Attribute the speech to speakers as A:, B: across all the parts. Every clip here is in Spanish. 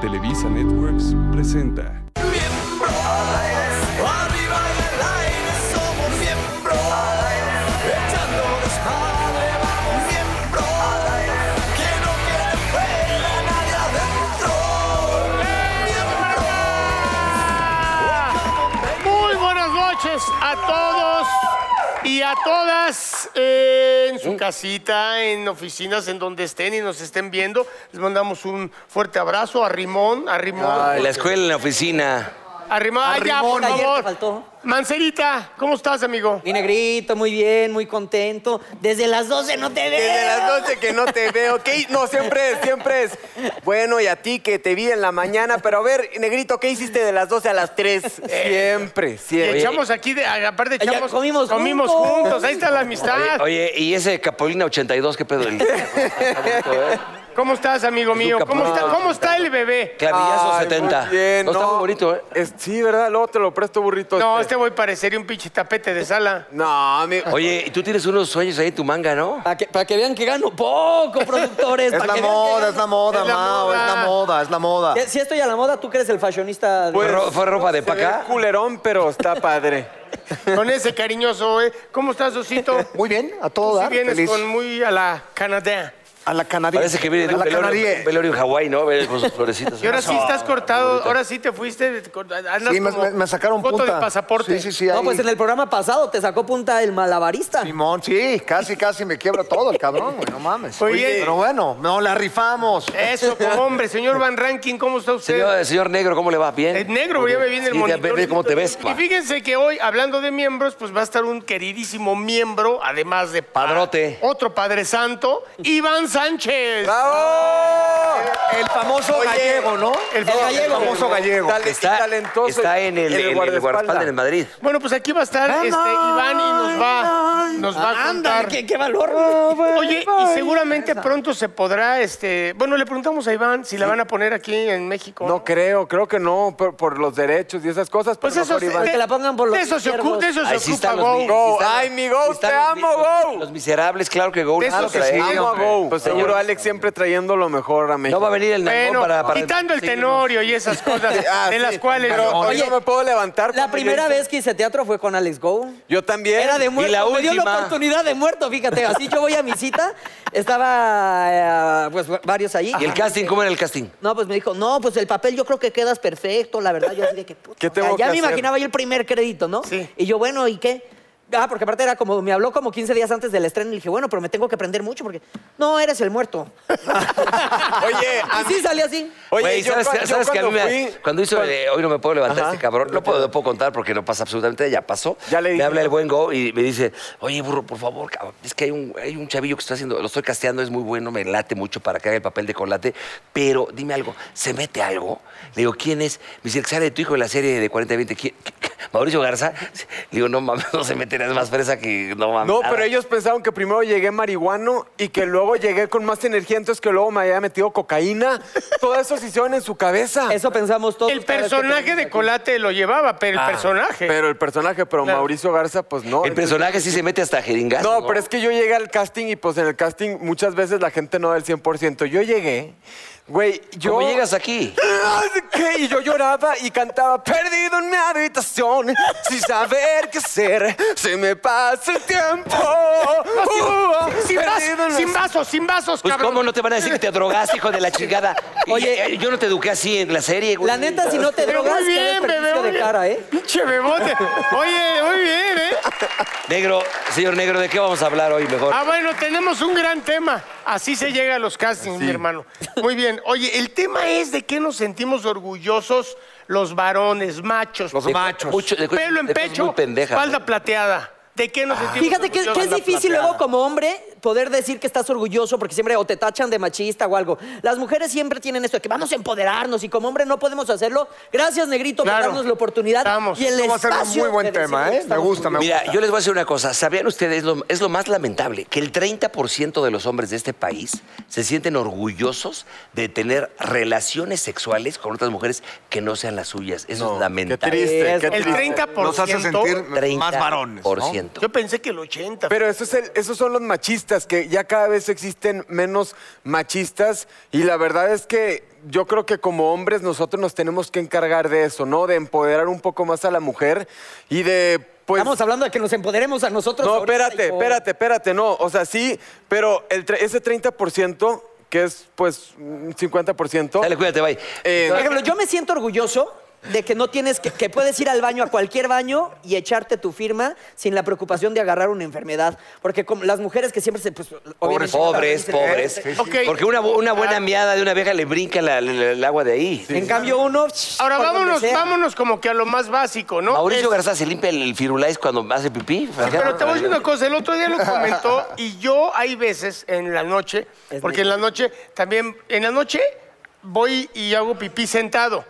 A: Televisa Networks presenta.
B: Miembro al aire, arriba y al aire, somos miembro al aire, echando desmadre, vamos miembro al aire, que no quede pela nadie adentro.
C: Muy buenas noches a todos y a todas eh, en su casita, en oficinas, en donde estén y nos estén viendo. Les mandamos un fuerte abrazo a Rimón, a Rimón.
D: Ay, la escuela en la oficina.
C: A Rimón,
E: A
C: ah, ya,
E: Rimón.
C: por
E: Ayer te
C: favor.
E: faltó.
C: Mancerita, ¿cómo estás, amigo?
E: Mi negrito, muy bien, muy contento. Desde las 12 no te veo.
F: Desde las 12 que no te veo, ¿qué? hi- No, siempre es, siempre es. Bueno, y a ti que te vi en la mañana, pero a ver, negrito, ¿qué hiciste de las 12 a las 3? Siempre,
C: Y
F: siempre.
C: echamos aquí, de, aparte
E: Ya
C: echamos,
E: comimos
C: juntos.
E: juntos.
C: Ahí está la amistad.
D: Oye, oye, y ese Capolina 82, ¿qué pedo? El ¿eh?
C: ¿Cómo estás, amigo mío? ¿Cómo
D: capullo.
C: está, ¿Cómo está el bebé?
D: clavillazo
F: Ay,
D: 70.
F: muy bien, Este,
D: no, está muy bonito, ¿eh?
F: Es- sí, ¿verdad? Luego te lo presto, burrito.
C: No, este voy parecería un pinche tapete de sala.
F: No, mi...
D: Oye, y tú tienes unos sueños ahí en tu manga, ¿no?
E: Para que, para que vean que gano poco, productores.
G: Es
E: para
G: la
E: que vean que
G: moda,
E: gano.
G: es la moda,
C: Es la
G: Mao,
C: moda.
G: es la moda, es la moda.
E: Ya, Si estoy a la moda, tú que eres el fashionista. de-
D: Fue ro- fue ropa de
F: Pues, se ve
D: paca.
F: culerón, pero está padre.
C: Con ese cariñoso, ¿eh? ¿Cómo estás, Osito?
G: Muy bien, a
C: Tú
G: todo
C: sí
G: dar,
C: vienes
G: feliz.
C: con muy a la Canadá.
G: A la canaria.
D: Parece que viene de
G: a
D: un
G: la
D: velorio,
G: canaria.
D: un velorio en Hawái, ¿no? Ve Con sus florecitas.
C: Y ahora sí
D: Ah, No,
C: estás cortado,
D: bonito.
C: ahora sí te fuiste. de- con- Andas
G: Sí, me,
C: como
G: me- me sacaron
C: foto
G: punta.
C: de pasaporte.
G: Sí, sí, sí.
E: No,
G: ahí.
E: pues en el programa pasado te sacó punta el malabarista.
G: Simón, sí, casi, casi me quiebra todo el cabrón, güey, no mames.
C: Oye.
G: pero bueno, no, la rifamos.
C: Eso, como hombre. Señor Van Ranking, ¿cómo está usted?
D: Señor, señor Negro, ¿cómo le va? ¿Bien?
C: El negro, ya me viene el
D: Sí, ya
C: monitor.
D: ve- ve ¿Cómo te ves?
C: Y fíjense que hoy, hablando de miembros, pues va a estar un queridísimo miembro, además de pa-
D: Padrote.
C: Otro Padre Santo, Iván Sánchez.
F: ¡Bravo!
G: El famoso gallego, ¿no?
C: El famoso
G: El famoso gallego.
F: Tal- y
D: Está,
F: talentoso.
D: está en el, en el guardaespaldas en Madrid.
C: Bueno, pues aquí va a estar este, Iván y nos va, nos va a
E: Ah, Ándale,
C: contar.
E: qué, qué valor.
C: Oye, y seguramente pronto se podrá, este, bueno, le preguntamos a Iván si la van a poner aquí en México.
F: No creo, creo que no, por, por los derechos y esas cosas.
C: pues
F: pero
C: eso,
F: mejor
C: se-
F: Iván.
C: de-
E: Que la pongan por los
C: de eso se
E: izquierdos.
C: ocu- de eso se
D: Ahí sí
C: ocupa
D: están los
C: Go.
D: mi-
F: Go.
D: sí están-
F: Ay, mi Go,
D: sí están
F: te
D: los
F: amo,
D: los-
F: Go.
D: Los miserables, claro que Go.
C: De
D: claro
C: esos que
D: que
C: sí,
D: sí.
F: Amo a Go. Pues seguro
D: Señor.
F: Alex siempre trayendo lo mejor a México.
D: No va a venir el Nangón
C: Bueno,
D: para, para-
C: quitando el
D: sí,
C: tenorio y esas cosas,
F: Ah,
C: de
F: sí.
C: las cuales...
F: Pero
C: no-
F: hoy
E: Oye,
F: no me puedo levantar.
E: La
F: como
E: primera
F: yo-
E: vez que hice teatro fue con Alex Go.
F: Yo también.
E: Era de
D: mu-
E: muerto.
D: la
E: me dio
D: última.
E: la oportunidad de muerto, fíjate. Así yo voy a mi cita. Estaba, eh, pues, varios ahí.
D: ¿Y el casting? ¿Cómo era el casting?
E: No, pues me dijo, no, pues el papel yo creo que quedas perfecto, la verdad. Yo así de que, puta,
F: ¿Qué
E: o sea,
F: tengo
E: ya
F: que
E: me
F: hacer?
E: imaginaba yo el primer crédito, ¿no?
C: Sí.
E: Y yo, bueno, ¿y qué? Ah, porque aparte era como, me habló como 15 días antes del estreno y le dije, bueno, pero me tengo que aprender mucho porque, no, eres el muerto.
F: Oye, a
E: Y sí, salí así.
F: Oye,
D: Güey,
F: yo
D: ¿sabes,
F: cua-
D: qué-
F: yo
D: sabes que a mí me.
F: cuando fui-
D: cuando hizo el, eh, Hoy no me puedo levantar
F: Ajá.
D: este cabrón, no puedo, no puedo contar porque no pasa absolutamente, ya pasó.
F: Ya le
D: Me
F: dije.
D: habla el buen Go y me dice, oye, burro, por favor, cabrón, es que hay un, hay un chavillo que está haciendo, lo estoy casteando, es muy bueno, me late mucho para que haga el papel de colate, pero dime algo, ¿se mete algo? Le digo, ¿quién es? Me dice, el que sale de tu hijo de la serie de 40-20, ¿quién- qué- qué- Mauricio Garza. Le digo, no mames, no se meterá, es más fresa que no mames.
F: No,
D: nada".
F: pero ellos pensaron que primero llegué marihuano y que luego llegué con más energía, entonces que luego me había metido cocaína. Todo eso se hicieron en su cabeza.
E: Eso pensamos todos.
C: el
E: cada vez que
C: personaje
E: teníamos
C: de Colate lo llevaba, pero el personaje...
F: Pero el personaje, pero
C: Claro.
F: Mauricio Garza, pues no.
D: El personaje sí se mete hasta jeringas.
F: No, pero es que yo llegué al casting y pues en el casting muchas veces la gente no da el 100%. Yo llegué, güey, yo...
D: ¿Cómo llegas aquí?
F: Ah, ¿qué? Y yo lloraba y cantaba perdido en mi habitación sin saber qué hacer. Se me pasa el tiempo. Uh,
C: Sin, vas-
F: perdido en la-
C: sin vasos, sin vasos,
D: Pues
C: cabrón.
D: cómo no te van a decir que te drogaste, hijo de la chingada. Oye,
E: Oye.
D: yo no te eduqué así en la serie, güey.
E: La neta, si no te
C: Pero
E: drogas,
C: muy
E: qué
C: bien, bebé.
E: desperdicio
C: muy
E: de
C: bien.
E: cara, ¿eh?
C: Pinche bebote. Oye, muy bien, ¿eh?
D: Negro, señor Negro, ¿de qué vamos a hablar hoy mejor?
C: Ah, bueno, tenemos un gran tema. Así se llega a los castings, mi hermano. Muy bien. Oye, el tema es de qué nos sentimos orgullosos los varones, machos.
D: De co- mucho- de co-
C: pelo en
D: de cosas
C: pecho,
D: muy pendejas,
C: espalda
D: ¿no?
C: plateada. Ah. ¿De qué nos sentimos
E: Fíjate que, que es
C: orgullosos?
E: difícil luego como hombre poder decir que estás orgulloso porque siempre o te tachan de machista o algo. Las mujeres siempre tienen esto de que vamos a empoderarnos y como hombre no podemos hacerlo. Gracias, Negrito,
C: Claro.
E: por darnos la oportunidad
C: Vamos.
E: y el
G: Esto va a ser
E: espacio.
G: un muy buen
E: de decir
G: tema,
E: lo que
G: ¿eh? Me
E: estamos
G: gusta, me gusta.
D: Mira, yo les voy a decir una cosa. ¿Sabían ustedes? Lo, es lo más lamentable que el 30% de los hombres de este país se sienten orgullosos de tener relaciones sexuales con otras mujeres que no sean las suyas. Eso es
F: Qué
D: lamentable.
F: triste, qué
C: El
F: triste.
C: 30%.
G: Nos hace sentir más varones. ¿no?
D: Por ciento.
F: Pero eso es el- esos son los machistas. machistas, que ya cada vez existen menos machistas y la verdad es que yo creo que como hombres nosotros nos tenemos que encargar de eso, ¿no? De empoderar un poco más a la mujer y de pues
E: Estamos hablando de que nos empoderemos a nosotros.
F: no,
E: ahorita,
F: espérate,
E: hijo.
F: espérate, espérate, no. O sea, sí, pero el tre- ese 30%, que es pues un 50%.
D: Dale, cuídate, bye.
F: eh,
E: Por ejemplo, yo me siento orgulloso de que no tienes que, que puedes ir al baño a cualquier baño y echarte tu firma sin la preocupación de agarrar una enfermedad, porque como las mujeres que siempre se pues,
D: Pobres,
E: obviamente-
D: pobres, pobres.
C: Ok.
D: Porque una, bu- una buena miada de una vieja le brinca la- la- la- el agua de ahí.
E: En cambio uno
C: Ahora
E: por donde
C: vámonos,
E: sea.
C: vámonos como que a lo más básico, ¿no? Este,
D: Mauricio
C: Es-
D: Garza se limpia el, el firulais cuando hace pipí.
C: Pero te voy a decir una cosa, el otro día lo comentó y yo hay veces en la noche,
E: Es
C: porque en la noche también, en la noche voy y hago pipí sentado.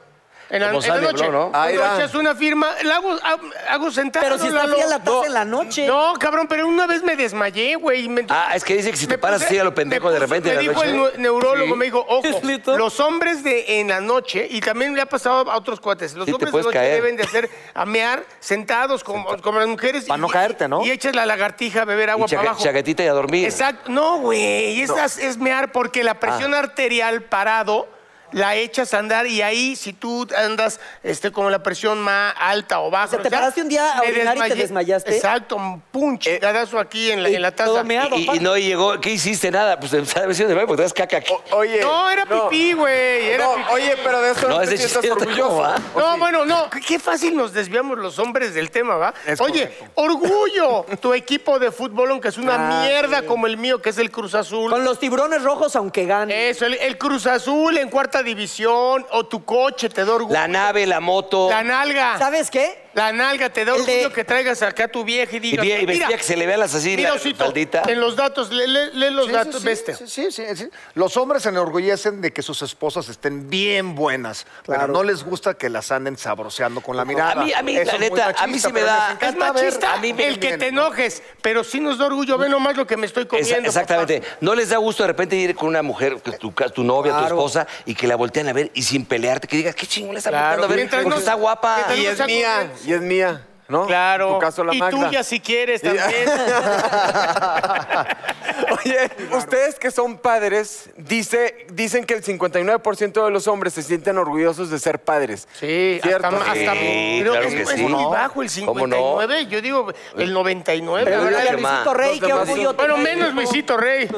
C: En la,
D: Como
C: en la
D: Sandy
C: noche.
D: Blue, ¿no?
F: Ah,
C: Cuando
F: era.
C: echas una firma, la hago, hago- hago sentado.
E: Pero si está
C: Lalo.
E: fría la taza
C: No.
E: en la noche.
C: No, cabrón, pero una vez me desmayé, güey. y me-
D: Ah, es que dice que si te
C: me
D: paras
C: puse-
D: así a lo pendejo
C: me
D: de repente en
C: Me
D: la
C: dijo
D: noche.
C: el neu- neurólogo, me dijo, ojo,
E: Listo.
C: los hombres de en la noche, y también le ha pasado a otros cuates, los
D: Sí, te
C: hombres de
D: puedes
C: noche
D: caer.
C: deben de hacer amear sentados como, como las mujeres.
G: Pa'
C: y-
G: no caerte, ¿no?
C: Y echas la lagartija a beber agua
D: Y
C: para
D: chaque-
C: abajo.
D: chaquetita y a dormir.
C: Exacto. No, güey, es, as- es mear porque la presión
D: Ah.
C: arterial parado la echas a andar y ahí si tú andas este, con la presión más alta o baja.
E: O sea, te paraste un día a
C: me
E: orinar y te
C: desmayé.
E: desmayaste.
C: Exacto, un
D: Eh,
C: punch, dadazo aquí en la,
E: y
C: en la
E: todo
C: taza.
E: meado.
D: Y, y no llegó, ¿qué hiciste? Nada, pues te había sido de mal porque traes caca
C: Oh,
D: aquí.
F: o- oye.
C: No, era pipí, güey, era
F: no,
C: pipí.
F: oye, pero de eso
D: No,
F: no,
D: es
F: te
D: de
F: sientas
D: chiste, ¿cómo
F: orgulloso.
D: va?
F: ¿O
C: No,
F: sí?
C: bueno, no, qué- qué fácil nos desviamos los hombres del tema, ¿va?
F: Es
C: Oye,
F: correcto.
C: orgullo, tu equipo de fútbol, aunque es una mierda como el mío, que es el Cruz Azul.
E: Con los tiburones rojos aunque gane.
C: Eso, el, el Cruz Azul en cuarta división, o tu coche te da orgullo.
D: La nave, la moto.
C: La nalga.
E: ¿Sabes qué?
C: La nalga te da
E: El de-
C: orgullo que traigas acá a tu vieja y
D: y
C: digas.
D: ve- y vestía
C: mira,
D: que se le vean las así,
C: mira,
D: la
C: osito,
D: faldita.
C: en los datos, lee, lee- lee los
G: Sí,
C: datos, este.
G: sí, sí,
C: veste.
G: sí, sí, sí, sí. Los hombres se enorgullecen de que sus esposas estén bien buenas, pero no les gusta que las anden sabroseando con la mirada.
D: A mí- a mí,
G: Eso
D: la
G: es muy
D: neta, a mí sí me
G: pero
D: da-
G: les
C: Es
G: encanta ver-
C: machista
D: a mí me-
C: el que te
G: miren.
C: enojes, pero sí nos da orgullo. Ve nomás lo que me estoy
D: Esa-
C: comiendo.
D: exactamente.
C: papá.
D: No les da gusto de repente ir con una mujer, que tu, ca- tu novia, tu esposa, y que la voltean a ver y sin pelearte, que digas, qué chingón le está
C: Claro.
D: volteando a ver,
C: Mientras
D: porque
C: no-
D: está guapa.
C: mientras
F: Y
C: no
F: es
C: sea
F: mía,
C: corriente.
F: y es mía, ¿no?
C: Claro.
F: En tu caso, la
C: y
F: Magda.
C: tuya si quieres
F: Y-
C: también.
F: Oye, ustedes que son padres, dice, dicen que el 59% de los hombres se sienten orgullosos de ser padres.
C: Sí,
F: ¿Cierto?
C: hasta, hasta
D: Sí,
C: pero
D: claro
C: es,
D: que
C: es
D: sí.
C: muy
D: ¿Cómo no?
C: bajo el
D: ¿Cómo no?
C: 59, yo digo el 99.
E: Pero
D: digo
E: mira,
D: que
E: Luisito
D: más.
E: Rey,
F: Los
E: qué
F: demás
E: orgullo.
F: sí.
C: Bueno,
E: tenés,
C: menos
E: hijo.
C: Luisito Rey.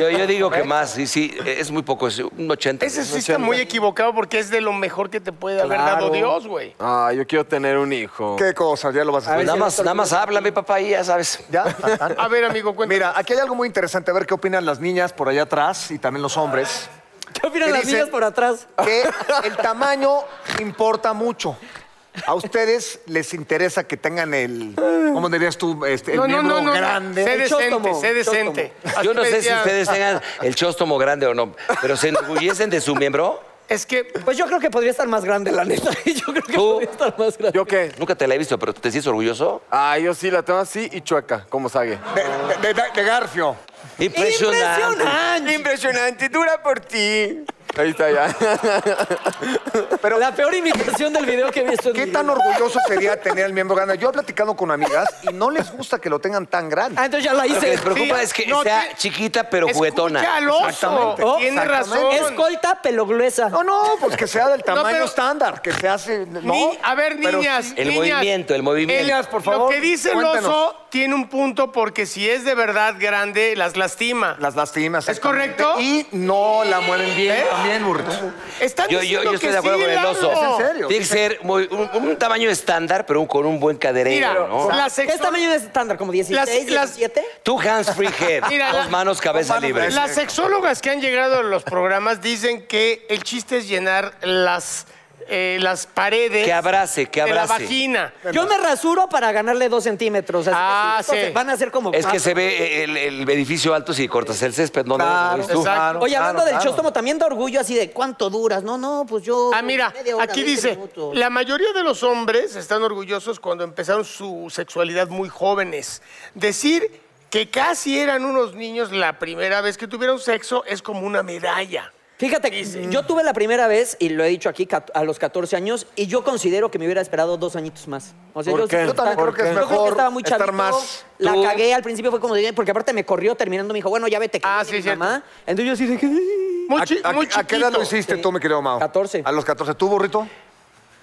D: Yo, yo digo que más, sí, sí, es muy poco, es un 80.
C: Ese sí está muy equivocado porque es de lo mejor que te puede haber dado Dios, güey.
F: Ah, yo quiero tener un hijo.
G: ¿Qué cosa? Ya lo vas a
D: Pues
G: hacer.
D: nada más, nada más háblame, papá, y ya sabes.
G: ¿Ya?
C: A ver, amigo, cuéntame.
G: Mira, aquí hay algo muy interesante, a ver qué opinan las niñas por allá atrás y también los hombres.
E: ¿Qué opinan
G: ¿Qué
E: las
G: dice?
E: niñas por atrás?
G: que el tamaño importa mucho. A ustedes les interesa que tengan el, ¿cómo dirías tú? Este, el miembro grande.
C: Sé
E: El
C: decente,
E: chóstomo,
C: sé decente. Así
D: Yo no
C: me
D: sé si
C: decía-
D: ustedes tengan el chóstomo grande o no, pero se enorgullecen de su miembro.
C: Es que
E: Pues yo creo que podría estar más grande, la neta. Yo creo que
D: ¿Tú?
E: podría estar más grande.
F: ¿Yo qué?
D: Nunca te la he visto, pero ¿te sientes orgulloso?
F: Ah, yo sí, la tengo así y chueca, como sague.
G: De, de- de- de Garfio.
D: Impresionante.
F: Impresionante, dura por ti. Ahí está ya.
E: Pero la peor imitación del video que he visto. en
G: ¿Qué
E: mi
G: tan
E: vida.
G: orgulloso sería tener el miembro grande? Yo he platicado con amigas y no les gusta que lo tengan tan
E: Ah,
G: grande.
E: entonces ya la
D: Lo que
E: hice.
D: les preocupa es que
C: no,
D: sea
C: te-
D: chiquita, pero
C: escucha
D: juguetona.
C: al oso.
G: Exactamente.
E: Oh,
C: Tiene razón.
G: exactamente.
E: Escolta pelogluesa.
G: No, no, pues que sea del tamaño
C: pero-
G: estándar, que se hace. No,
C: Ni- a ver,
G: pero
C: niñas.
G: sí-
D: El
C: niñas,
D: movimiento, el movimiento.
G: Niñas, por
C: Lo
G: favor,
C: que dice el
G: cuéntanos.
C: oso tiene un punto porque si es de verdad grande, las lastima.
G: Las lastimas.
C: ¿Es correcto?
G: Y no la mueren bien
C: ¿Eh?
G: también, burrito.
C: Están
D: Yo, yo,
C: diciendo
D: yo
C: que
D: estoy de acuerdo
C: sí,
D: con el
C: Lalo.
D: oso.
G: ¿Es en serio?
D: Tiene que ser muy- un, un tamaño estándar, pero un- con un buen
C: Mira,
D: caderero, ¿no?
C: la
E: ¿Qué
C: sexo-
E: tamaño es estándar? ¿Como 16,
C: Las- las-
E: 17?
D: Two hands free head.
C: Mira, la-
D: dos manos, cabeza
G: manos,
D: libre.
C: Las sexólogas que han llegado a los programas dicen que el chiste es llenar las, eh, las paredes.
D: Que abrace, que
C: De la
D: abrace.
C: vagina.
E: Yo me rasuro para ganarle dos centímetros. así que
C: Ah,
E: sí, entonces
C: sí.
E: Van a ser como...
C: ah.
D: Es que se ve el, el edificio alto si cortas el césped, ¿no? no,
G: Claro,
D: no, tú.
C: exacto.
E: Oye, hablando
G: Claro,
E: del
G: claro.
E: chóstomo, también da orgullo así de cuánto duras. No, no, pues yo...
C: Ah, mira,
E: media hora,
C: aquí
E: 20
C: dice,
E: minutos.
C: la mayoría de los hombres están orgullosos cuando empezaron su sexualidad muy jóvenes. Decir que casi eran unos niños la primera vez que tuvieron sexo es como una medalla.
E: Fíjate, yo tuve la primera vez, y lo he dicho aquí, cat- a los 14 años, y yo considero que me hubiera esperado dos añitos más. O sea,
F: ¿Por
E: yo,
F: qué?
G: Yo también creo que es
E: yo
G: mejor
E: estaba muy
G: estar
E: chavito,
G: más.
E: La
G: Tú-
E: cagué al principio, fue como de, porque aparte me corrió terminando, me dijo, bueno, ya vete, que
C: Ah,
E: viene
C: sí,
E: mi
C: cierto.
E: mamá. Entonces yo sí dije,
C: Muy,
G: ¿A,
C: chi-
G: a-
C: muy
G: a qué edad lo
C: chiquito.
G: hiciste tú, mi querido Mao?
E: 14.
G: A los 14. ¿Tú, burrito?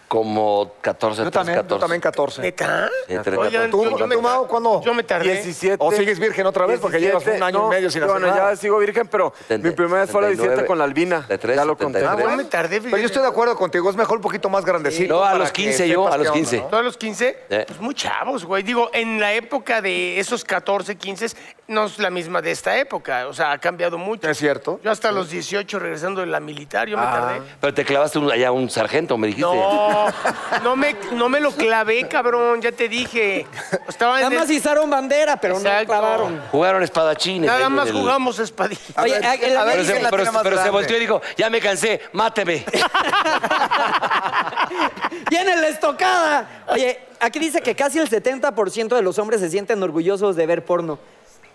D: Como 14,
G: Yo
D: 13,
G: también,
D: 14.
G: yo también 14.
C: ¿Neta?
D: Sí, 13,
C: Oigan,
D: 14.
G: ¿Tú,
C: yo- yo me-
G: tú, Mao, cuándo?
C: Yo me tardé.
F: 17.
G: ¿O sigues virgen otra vez? Porque llevas un
F: 17,
G: año y
F: no,
G: medio sin hacer
F: Bueno,
G: nada.
F: ya sigo virgen, pero mi primera vez fue a los 17 con la albina.
D: 73,
F: ya lo conté.
D: 73.
C: Yo me tardé,
G: Pero yo estoy de acuerdo contigo, es mejor un poquito más grandecito.
D: No, a
G: para
D: los
G: que
D: 15 yo,
G: sepas
D: a los
G: qué onda,
D: 15.
G: ¿no?
C: ¿Todos los 15?
D: Eh.
C: Pues muy chavos, güey. Digo, en la época de esos 14, 15, no es la misma de esta época. O sea, ha cambiado mucho.
G: Es cierto. Ah.
C: Yo hasta los 18, regresando de la militar, yo me tardé.
D: Pero te clavaste un- allá un sargento, me dijiste.
C: No, no me, no me lo clavé, cabrón, ya te dije. Estaba en
E: nada
C: el-
E: más izaron bandera, pero
C: Exacto.
E: no clavaron.
D: Jugaron espadachines. ahí
C: Nada
D: en
C: más
D: el-
C: jugamos espadilla.
E: Oye, a- en la
D: Pero,
E: América-
D: se,
G: la
D: pero-
G: tiene más
D: pero se
G: grande.
D: volteó y dijo, ya me cansé, máteme.
E: ¡Viene la estocada! Oye, aquí dice que casi el 70% de los hombres se sienten orgullosos de ver porno.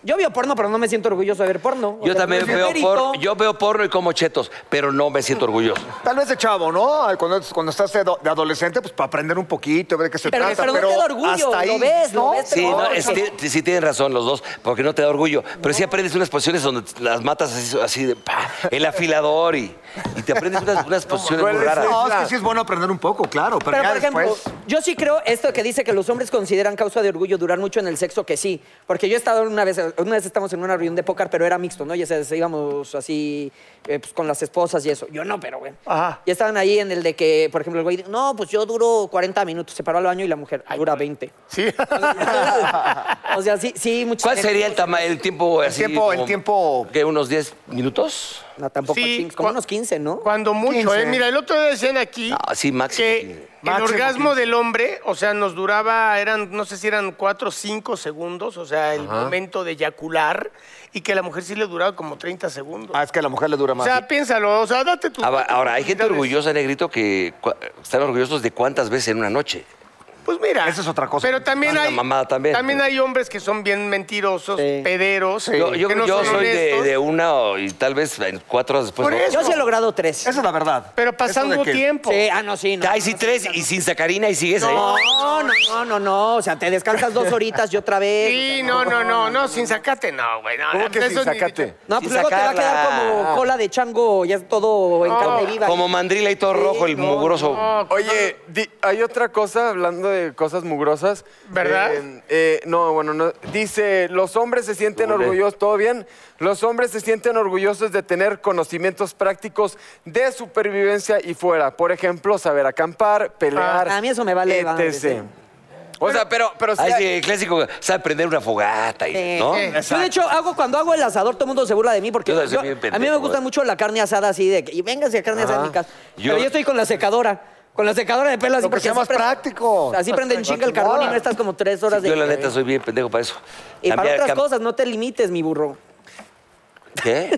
E: Yo veo porno, pero no me siento orgulloso de ver porno. O
D: Yo
E: sea,
D: también
E: no es
D: veo
E: mérito.
D: porno, yo veo porno y como chetos, pero no me siento orgulloso.
G: Tal vez de chavo, ¿no? Ay, Cuando, cuando estás de, ado- de adolescente, pues para aprender un poquito, ver qué se
E: Pero,
G: trata.
E: pero no te da orgullo,
G: hasta ahí,
E: lo ves, lo ves, te
D: Sí,
E: lo
D: no,
E: ves.
D: es- ti- sí tienen razón los dos, porque no te da orgullo. Pero sí aprendes unas posiciones donde las matas así, así de pa, el afilador y, y te aprendes unas, unas posiciones muy
F: ¿cuál es
D: raras.
G: No, es que sí es bueno aprender un poco, claro. Pero,
E: Pero,
G: ya
E: por ejemplo,
G: después-
E: yo sí creo esto que dice que los hombres consideran causa de orgullo durar mucho en el sexo, que sí. Porque yo he estado una vez, una vez estamos en una reunión de póker, pero era mixto, ¿no? Ya sabes, íbamos así eh, pues, con las esposas y eso. Yo no, pero bueno.
C: Ajá.
E: Y estaban ahí en el de que, por ejemplo, el güey, no, pues yo duro 40 minutos, se paró al baño y la mujer dura 20.
C: Sí.
E: o sea, sí, sí, muchas
D: ¿Cuál sería el, tama- el tiempo así?
G: tiempo- el tiempo-
D: ¿Qué, unos 10 minutos?
E: No, tampoco
C: Sí,
E: chingues, como
C: cua-
E: unos 15, ¿no?
C: Cuando mucho,
G: 15.
C: ¿eh? Mira, el otro día decían aquí
D: Ah, sí, máximo
C: que
D: 15.
C: el
G: Máximo
C: orgasmo
G: 15.
C: del hombre, o sea, nos duraba, eran, no sé si eran cuatro o cinco segundos, o sea, el momento de eyacular, y que a la mujer sí le duraba como 30 segundos.
G: Ah, es que a la mujer le dura
C: o
G: más.
C: sea, piénsalo, o sea, date tu...
D: Ahora,
C: date
D: Ah, ahora, hay
C: tus
D: gente
C: oportunidades.
D: orgullosa, Negrito, que cua- están orgullosos de cuántas veces en una noche.
C: Pues mira.
G: Esa es otra cosa.
C: Pero también
D: Tanta
C: hay,
D: mamada también.
C: hay hombres que son bien mentirosos,
E: Sí.
C: pederos.
D: Yo, yo-
C: que no
D: yo
C: son
D: soy de,
C: honestos.
D: de una o- y tal vez en cuatro horas después.
C: Por
D: no.
C: eso.
E: Yo sí he logrado tres.
G: Esa es la verdad.
C: Pero pasando
G: Eso de que-
C: tiempo.
E: Sí, ah, no, sí, no.
D: Ay, sí, ¿eh? tres y sin sacarina y sigues ahí.
E: No, no, no, no, no. O sea, te descansas dos horitas y otra vez.
C: Sí, no, no, no, no, sin sacate, no, güey.
G: Ah,
C: No,
F: ¿Cómo que
C: eso
F: sin
C: ni-
F: sacate?
E: No,
D: Sin
E: pues luego te va a quedar
D: sacarla.
E: como cola de chango, ya es todo en
C: No.
E: carne viva.
D: Como mandrila y todo rojo, el
E: no,
D: mugroso.
C: No,
F: Oye, di- hay otra cosa, hablando de cosas mugrosas.
C: ¿Verdad?
F: Eh, eh, no, bueno, no. Dice, los hombres se sienten orgullosos, ¿todo bien? Los hombres se sienten orgullosos de tener conocimientos prácticos de supervivencia y fuera. Por ejemplo, saber acampar, pelear,
E: Ah, a mí eso me vale,
F: etc.
E: madre, sí.
F: O sea, pero... pero sí
D: Ay,
F: hay-
D: sí, el clásico, o sea, prender una fogata, y,
E: Sí,
D: ¿no?
E: sí. Eh, Yo, de hecho, hago, cuando hago el asador, todo el mundo se burla de mí porque
D: Yo soy
E: yo-
D: bien pendejo,
E: a mí me gusta
D: güey.
E: mucho la carne asada así de que, y véngase a carne asada en mi casa.
D: Yo-
E: Pero yo estoy con la secadora, con la secadora de pelo así
G: Lo que
E: porque
G: sea
E: así
G: más
E: pre-
G: práctico.
E: Así prende en chinga el carbón y no estás como tres horas de...
D: Yo, la neta, soy bien pendejo para eso.
E: y para
D: Cambiar-
E: otras
D: cam-
E: cosas, no te limites, mi burro.
D: ¿Qué?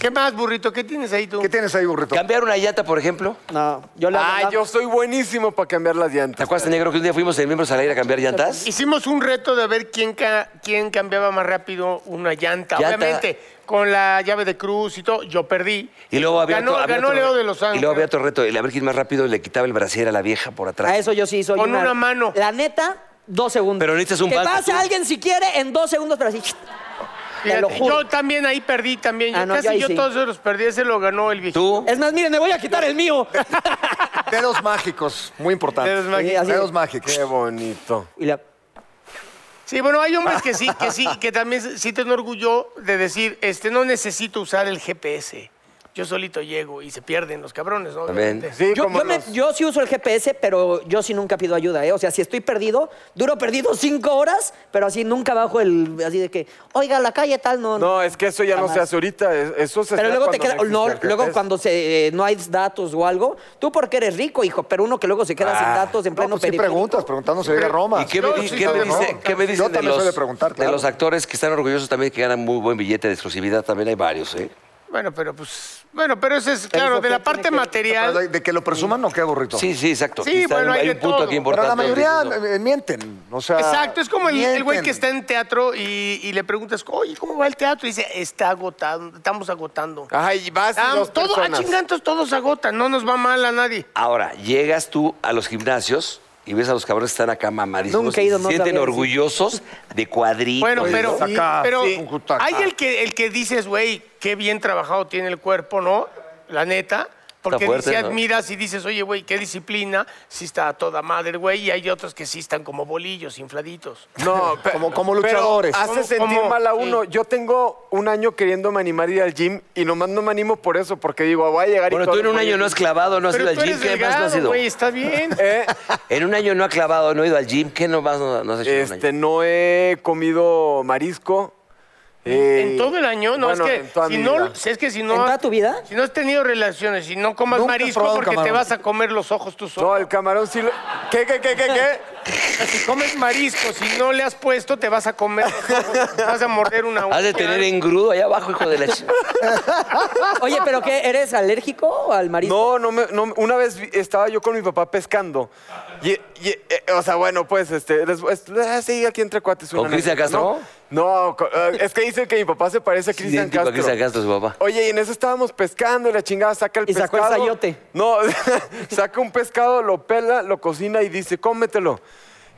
C: ¿Qué más, burrito? ¿Qué tienes ahí tú?
G: ¿Qué tienes ahí, burrito?
D: Cambiar una llanta, por ejemplo.
E: No, yo la...
F: Ah,
E: la-
F: yo soy buenísimo para cambiar las
D: ¿Te
F: llantas.
D: acuerdas, negro, que un día fuimos en Miembros al Aire a cambiar llantas?
C: Hicimos un reto de ver quién, ca- quién cambiaba más rápido una llanta.
D: Llanta.
C: Obviamente, con la llave de cruz y todo, yo perdí.
D: Y luego había
C: ganó,
D: otro, había
C: ganó
D: otro-
C: Leo de los Ángeles.
D: Y luego había otro reto, el a ver quién más rápido le quitaba el brasier a la vieja por atrás.
E: A eso yo sí soy
C: Con una mano.
E: La neta, dos segundos.
D: Pero necesitas un
E: Que
D: banco,
E: pase
D: tú.
E: alguien si quiere en dos segundos, pero así... Te
C: Fíjate,
E: lo juro.
C: Yo también ahí perdí también. Yo
E: Ah, no, yo
C: casi
E: ahí
C: yo
E: sí.
C: todos se los perdí, ese lo ganó el viejito.
D: Tú,
E: Es más, miren, me voy a quitar el mío.
G: Dedos mágicos, muy importante.
C: Dedos mágicos.
E: Sí, así-
G: Dedos mágicos.
F: Qué bonito.
E: Y la-
C: Sí, bueno, hay hombres que sí, que sí, que también se- sienten orgullo de decir, este, no necesito usar el GPS. Yo solito llego y se pierden los cabrones, ¿no?
D: También.
C: Obviamente.
F: Sí,
E: yo,
F: como
E: yo me-
F: los-
E: yo sí uso el GPS, pero yo sí nunca pido ayuda, ¿eh? O sea, si estoy perdido, duro perdido cinco horas, pero así nunca bajo el... Así de que, oiga, la calle tal, no...
F: No, es que eso ya no
E: Jamás.
F: se hace ahorita. es- Eso se
E: Pero
F: hacía
E: luego te
F: cuando
E: queda,
F: no
E: no,
F: existía el
E: luego
F: GPS.
E: cuando se, eh, no hay datos o algo, tú porque eres rico, hijo, pero uno que luego se queda
F: Ah,
E: sin datos en
G: No,
E: pleno
G: pues sí
E: periférico.
G: preguntas, preguntando si llega a Roma.
D: ¿y qué me,
C: Yo
D: di-
C: sí
D: qué
C: soy
D: me
C: de
D: dice-
C: preguntar.
D: qué me
G: Yo
D: dicen de
G: también
D: los,
G: soy de preguntar,
D: de
G: claro.
D: los actores que están orgullosos también que ganan muy buen billete de exclusividad? También hay varios, ¿eh?
C: Bueno, pero pues. Bueno, pero eso es,
E: Pero
C: claro,
E: eso
C: de
E: que
C: la parte
E: tiene que-
G: Pero
C: material.
G: ¿De de que lo presuman o qué, burrito?
D: Sí, sí, exacto.
C: Sí,
D: Aquí está
C: bueno,
D: un-
C: hay
D: hay
C: de
D: un punto
C: todo.
D: aquí
C: Pero
G: Pero
D: importante.
G: la
D: donde
G: mayoría
D: dices,
G: eh, mienten. O sea,
C: Exacto, es como el, el güey que está
G: mienten.
C: en teatro y, y le preguntas, oye, ¿cómo va el teatro? Y dice, está agotado, estamos agotando.
F: Ay, vas y
C: Ah,
F: dos
C: todo, a
F: personas.
C: chingantos todos agotan, no nos va mal a nadie.
D: Ahora, llegas tú a los gimnasios y ves a los cabrones que están acá mamadísimos.
E: Nunca he
D: y
E: ido,
D: se
E: no
D: sienten
E: sabía, sí.
D: orgullosos de cuadritos.
C: Bueno,
F: pues
D: de
C: pero,
D: todo.
G: Acá,
C: pero
G: sí. Cúcuta,
C: hay
G: acá.
C: el que, el que dices, güey, qué bien trabajado tiene el cuerpo, ¿no? La neta. Porque
D: fuerte,
C: si
D: ¿no?
C: admiras y dices, oye, güey, qué disciplina, sí está a toda madre, güey, y hay otros que sí están como bolillos, infladitos.
F: No, pe-
G: Como- como
F: pero
G: luchadores.
F: hace
C: Como-
F: sentir
C: como-
F: mal a uno. Yo tengo un año queriéndome animar a ir al gym y nomás no me animo por eso, porque digo, "Ah, voy a llegar y
D: Bueno, tú
F: todo
D: en un
F: el
D: año
F: mundo-
D: no has clavado, no has
C: Pero
D: ido al
C: tú
D: gym,
C: eres
D: ¿qué más no has
C: delgado,
D: ido?
C: güey, está bien.
F: Eh,
D: En un año no ha clavado, no he ido al gym, ¿qué no más no, no has hecho en un año?
F: este, no he comido marisco. eh,
C: En todo el año, no,
F: bueno,
C: es
F: en
C: que
F: toda
C: si
F: mi
C: no,
F: vida.
C: si es que si no
E: ¿En toda
C: has,
E: tu vida?
C: si no has tenido relaciones, si no comas
G: Nunca has
C: marisco
G: probado un
C: porque te
G: camarón.
C: vas a comer los ojos tú solo.
F: No, el camarón sí lo... ¿Qué, qué, qué, qué, qué?
C: Si comes marisco, si no le has puesto, te vas a comer los ojos, te vas a morder una
D: Has de
C: uña.
D: tener engrudo allá abajo, hijo de la ch-
E: Oye, ¿pero qué? ¿Eres alérgico al marisco?
F: No, no, me- no, una vez vi- estaba yo con mi papá pescando. Y, y, eh, o sea, bueno, pues, este, les- es- ah, sí, aquí entre cuates. una
D: ¿Con Cristian
F: anécdota,
D: Castro?
F: No, no, co- eh, es que dicen que mi papá se parece a Cristian
D: Idéntico a
F: Castro.
D: Cristian Castro, su papá.
F: Oye, y en eso estábamos pescando y la chingada saca el
E: Y
F: pescado.
E: sacó el sayote.
F: No, saca un pescado, lo pela, lo cocina y dice, cómetelo.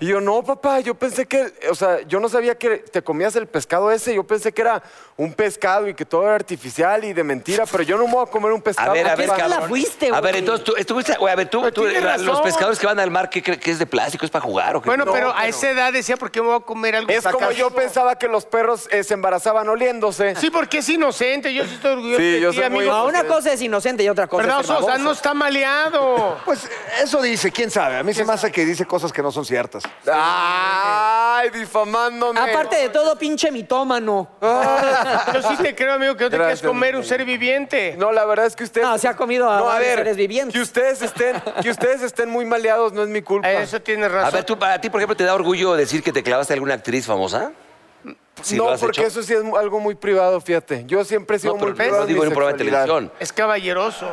F: Y yo, no, papá, yo pensé que, o sea, yo no sabía que te comías el pescado ese, yo pensé que era un pescado y que todo era artificial y de mentira, pero yo no me voy a comer un pescado.
D: A ver, a
E: ¿A
D: ver,
E: qué
D: cabrón.
E: escuela fuiste,
D: A ver,
E: güey?
D: entonces tú estuviste, güey, a ver, tú,
C: Pero
D: tú,
C: tiene
D: la- los
C: razón.
D: pescadores que van al mar, ¿qué creen que es de plástico? ¿Es para jugar o qué?
C: Bueno,
F: No,
C: pero a
F: pero-
C: esa edad decía, ¿por qué me voy a comer algo?
F: Es como yo
C: fracaso?
F: pensaba que los perros eh, se embarazaban oliéndose.
C: Sí, porque es inocente. Yo sí estoy orgulloso
F: Sí,
C: de
F: yo
C: ti,
F: soy muy
C: amigo.
E: No,
F: inocente.
E: una cosa es inocente y otra cosa
C: ¿Verdad,
E: es ser
C: Sosa?
E: baboso.
C: No está maleado.
G: Pues eso dice, quién sabe. A mí se me hace que dice cosas que no son ciertas.
F: Ay, difamándome.
E: Aparte de todo, pinche mitómano.
C: Yo sí te creo, amigo, que no te quieres
F: Gracias,
C: comer un
F: amigo.
C: ser viviente.
F: No, la verdad es que ustedes.
E: No, se ha comido a
F: No,
E: varios seres vivientes.
F: Que ustedes estén, que ustedes estén muy maleados no es mi culpa.
D: Eh,
C: Eso tienes razón.
D: a ver, tú, para ti, por ejemplo, ¿te da orgullo decir que te clavaste a alguna actriz famosa? Si
F: no,
D: lo has
F: porque
D: hecho.
F: eso sí es mu- algo muy privado, fíjate. Yo siempre he sido
D: No,
F: muy
D: pero
F: privado.
D: lo digo en un programa de
F: mi sexualidad.
D: televisión.
C: Es caballeroso.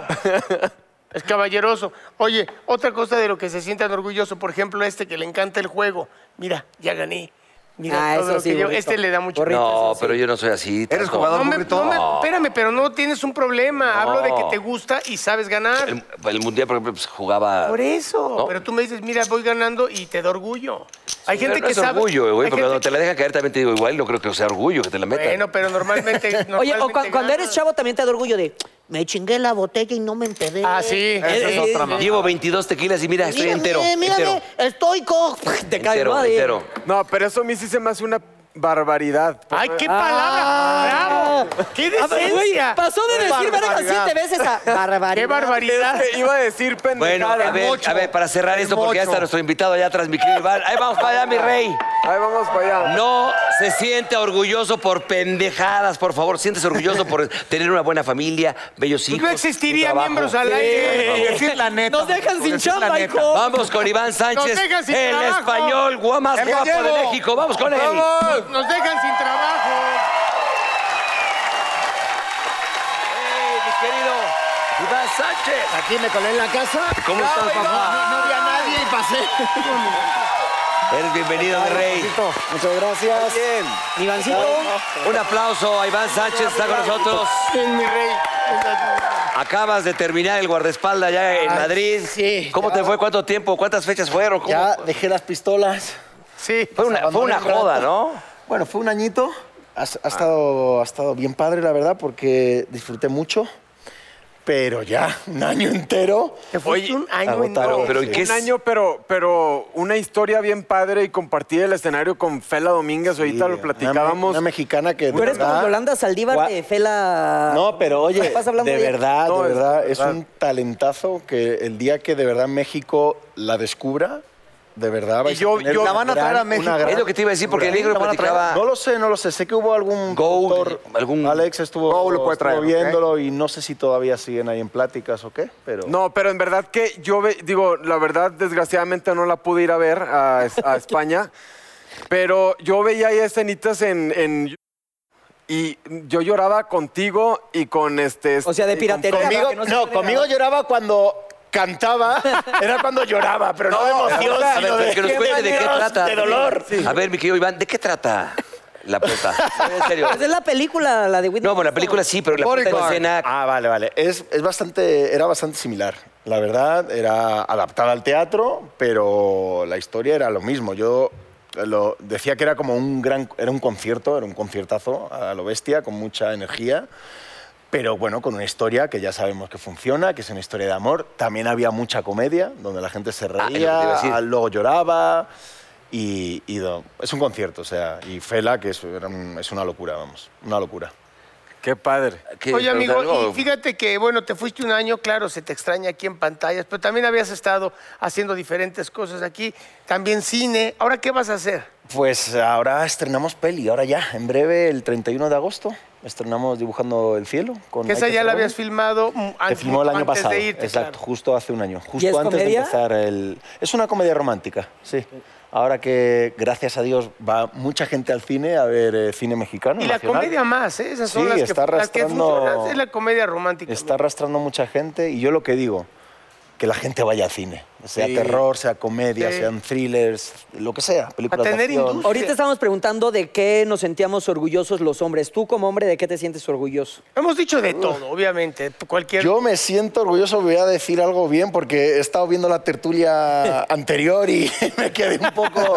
C: Es caballeroso. Oye, otra cosa de lo que se sientan orgulloso, por ejemplo, este que le encanta el juego. Mira, ya gané. Mira,
E: Ah,
C: todo
E: eso
C: lo que
E: sí,
C: yo-
E: bonito.
C: Este le da mucho.
E: Bonito.
D: No,
E: eso sí.
D: pero yo no soy así.
G: Eres
D: tanto.
G: jugador.
C: No me-
G: Burrito.
C: no me- espérame, pero no tienes un problema. Hablo de que
D: No.
C: te gusta y sabes ganar.
D: El, el mundial, por ejemplo, pues, jugaba.
C: Por eso.
D: No.
C: Pero tú me dices, mira, voy ganando y te da orgullo. Hay gente
D: no
C: que
D: es
C: sabe.
D: orgullo, güey,
C: hay
D: porque cuando
C: gente
D: te la dejan caer también te digo, igual no creo que sea orgullo que te la
C: que-
D: metan.
C: Bueno, pero normalmente.
E: Oye, o cu-
C: normalmente
E: cuando
C: ganas.
E: eres chavo también te da orgullo de me chingué la botella y no me empedé.
C: Ah, sí.
E: Eh,
G: Esa es
E: eh,
G: otra mamá.
D: Llevo 22 tequilas y mira, estoy
E: mírame,
D: entero.
E: Mírame,
D: entero,
E: estoy co... Te cae
D: entero,
E: madre.
D: entero.
F: No, pero eso a mí sí se me hace una barbaridad.
C: ¡Ay, qué palabra! ¡Bravo! ¡Qué
E: eh, ah, A ver, güey,
C: decencia!
E: pasó de decir verga
G: barbaridad.
E: siete veces a barbaridad.
C: ¡Qué barbaridad!
F: Es que iba a decir
D: Bueno,
F: pendejada.
D: a ver,
G: mocho,
D: a ver, para cerrar
G: el
D: esto, porque ya
G: mocho.
D: está nuestro invitado allá atrás, mi querido Iván. Ahí vamos para allá, mi rey.
F: Ahí vamos para allá.
D: No se siente orgulloso por pendejadas, por favor. Siéntese orgulloso por tener una buena familia,
H: Pues
D: bellos hijos.
C: no
D: un
C: existiría
D: trabajo.
C: miembros al aire.
G: Decir la neta.
E: Nos dejan sin
G: Decir la
E: chamba,
G: neta.
E: hijo.
D: Vamos con Iván Sánchez,
C: Nos dejan sin
D: el
C: trabajo.
D: español gua- más
G: ¡El
D: guapo de
G: gallego!
D: México. Vamos con él.
C: ¡Nos dejan sin trabajo!
D: ¡Ey, mi querido Iván Sánchez!
H: Aquí me colé en la casa.
D: ¿Cómo estás, papá?
H: No, no había nadie y pasé.
D: Eres bienvenido, mi rey.
H: Muchas gracias.
D: Bien.
E: Ivancito.
D: Un aplauso a Iván Sánchez, está con nosotros.
C: En mi rey.
D: Acabas de terminar el guardaespaldas allá en
H: Ay,
D: Madrid.
H: Ah, sí,
D: ¿Cómo
H: ya.
D: te fue? ¿Cuánto tiempo? ¿Cuántas fechas fueron? ¿Cómo?
H: Ya dejé las pistolas.
C: Sí.
D: Fue una, fue una
H: Abandoné un
D: joda,
H: rato.
D: ¿no?
H: Bueno, fue un añito. Ha, ha
F: Ah.
H: estado, ha estado bien padre, la verdad, porque disfruté mucho. Pero ya, un año entero.
C: Te fuiste
F: Oye,
C: un año
H: agotado.
C: entero.
D: Pero ¿y
H: Sí.
D: qué
F: Un año, pero, pero una historia bien padre y compartir el escenario con Fela Domínguez. Ahorita lo
H: Una-
F: platicábamos.
H: Una, mexicana que. de
E: Tú eres como
H: verdad-
E: Yolanda Saldívar
H: Gua-
E: de Fela...
H: No, pero oye,
E: ¿Te estás hablando
H: de
E: ella?
H: verdad,
F: No,
H: de
F: es
H: verdad, es
F: verdad.
H: un talentazo que el día que de verdad México la descubra, de verdad vais
F: yo-
H: a tener
F: yo-
H: una
F: la van a traer
H: gran-
F: a México.
H: una gran-
D: Es lo que te iba a decir, porque el
H: gran-
D: negro
H: la van a traer.
D: platicaba-
H: No lo sé, no lo sé. Sé que hubo algún
D: Gold,
H: productor,
D: algún-
H: Alex estuvo,
G: Gold lo puede
H: estuvo
G: traer, ¿ok?
H: viéndolo y no sé si todavía siguen ahí en pláticas o qué, pero...
F: No, pero en verdad que yo ve- digo, la verdad, desgraciadamente no la pude ir a ver a, a España, pero yo veía ahí escenitas en, en- y yo lloraba contigo y con este...
E: O sea, de
F: y con-
E: piratería.
F: conmigo.
E: para
H: Conmigo,
E: que no se
H: no,
E: puede
H: conmigo
E: grabar.
H: lloraba cuando cantaba, era cuando lloraba, pero no, de emoción,
D: A ver,
H: sino
D: pero
H: de,
D: que nos cuente de qué
H: Dios,
D: trata.
H: de dolor.
D: A ver, mi querido Iván, ¿de qué trata la puerta? En serio.
E: Pues es la película, la de Whitney.
D: No, bueno, la película sí, pero la puerta en escena.
H: Ah, vale, vale. Es, es bastante, era bastante similar. La verdad, era adaptada al teatro, pero la historia era lo mismo. Yo lo, decía que era como un gran, era un concierto, era un conciertazo a lo bestia, con mucha energía. Pero bueno, con una historia que ya sabemos que funciona, que es una historia de amor. También había mucha comedia, donde la gente se
D: Ah, es lo que te iba a
H: reía,
D: decir.
H: luego lloraba. Y, y do- es un concierto, o sea, y Fela, que es, era un- es una locura, vamos, una locura.
F: Qué padre.
D: ¿Qué?
C: Oye,
D: ¿Preguntar
C: amigo,
D: algo?
C: y fíjate que, bueno, te fuiste un año, claro, se te extraña aquí en pantallas, pero también habías estado haciendo diferentes cosas aquí, también cine. ¿Ahora qué vas a hacer?
H: Pues ahora estrenamos peli, ahora ya, en breve, el 31 de agosto, estrenamos Dibujando el Cielo. Con
C: Que esa
H: Michael
C: ya la
H: Ferrari.
C: habías filmado mm,
H: Se
C: an-
H: filmó el año
C: antes
H: pasado,
C: de irte.
H: exacto,
C: claro.
H: justo hace un año, justo
E: es
H: antes
E: comedia?
H: de empezar el... Es una comedia romántica, sí. Ahora que, gracias a Dios, va mucha gente al cine a ver eh, cine mexicano.
C: Y la
H: nacional.
C: comedia más, ¿eh? esas son
H: Sí,
C: las, que,
H: está
C: las que
H: arrastrando-
C: funcionan, es la comedia romántica.
H: Está arrastrando mucha gente y yo lo que digo, que la gente vaya al cine, sea terror, sea comedia,
C: Sí.
H: sean thrillers, lo que sea, películas de
C: tener
H: acción.
C: industria.
E: Ahorita estamos preguntando de qué nos sentíamos orgullosos los hombres. Tú como hombre, ¿de qué te sientes orgulloso?
C: Hemos dicho de todo, obviamente, cualquier...
H: Yo me siento orgulloso, voy a decir algo bien, porque he estado viendo la tertulia anterior y me quedé un poco.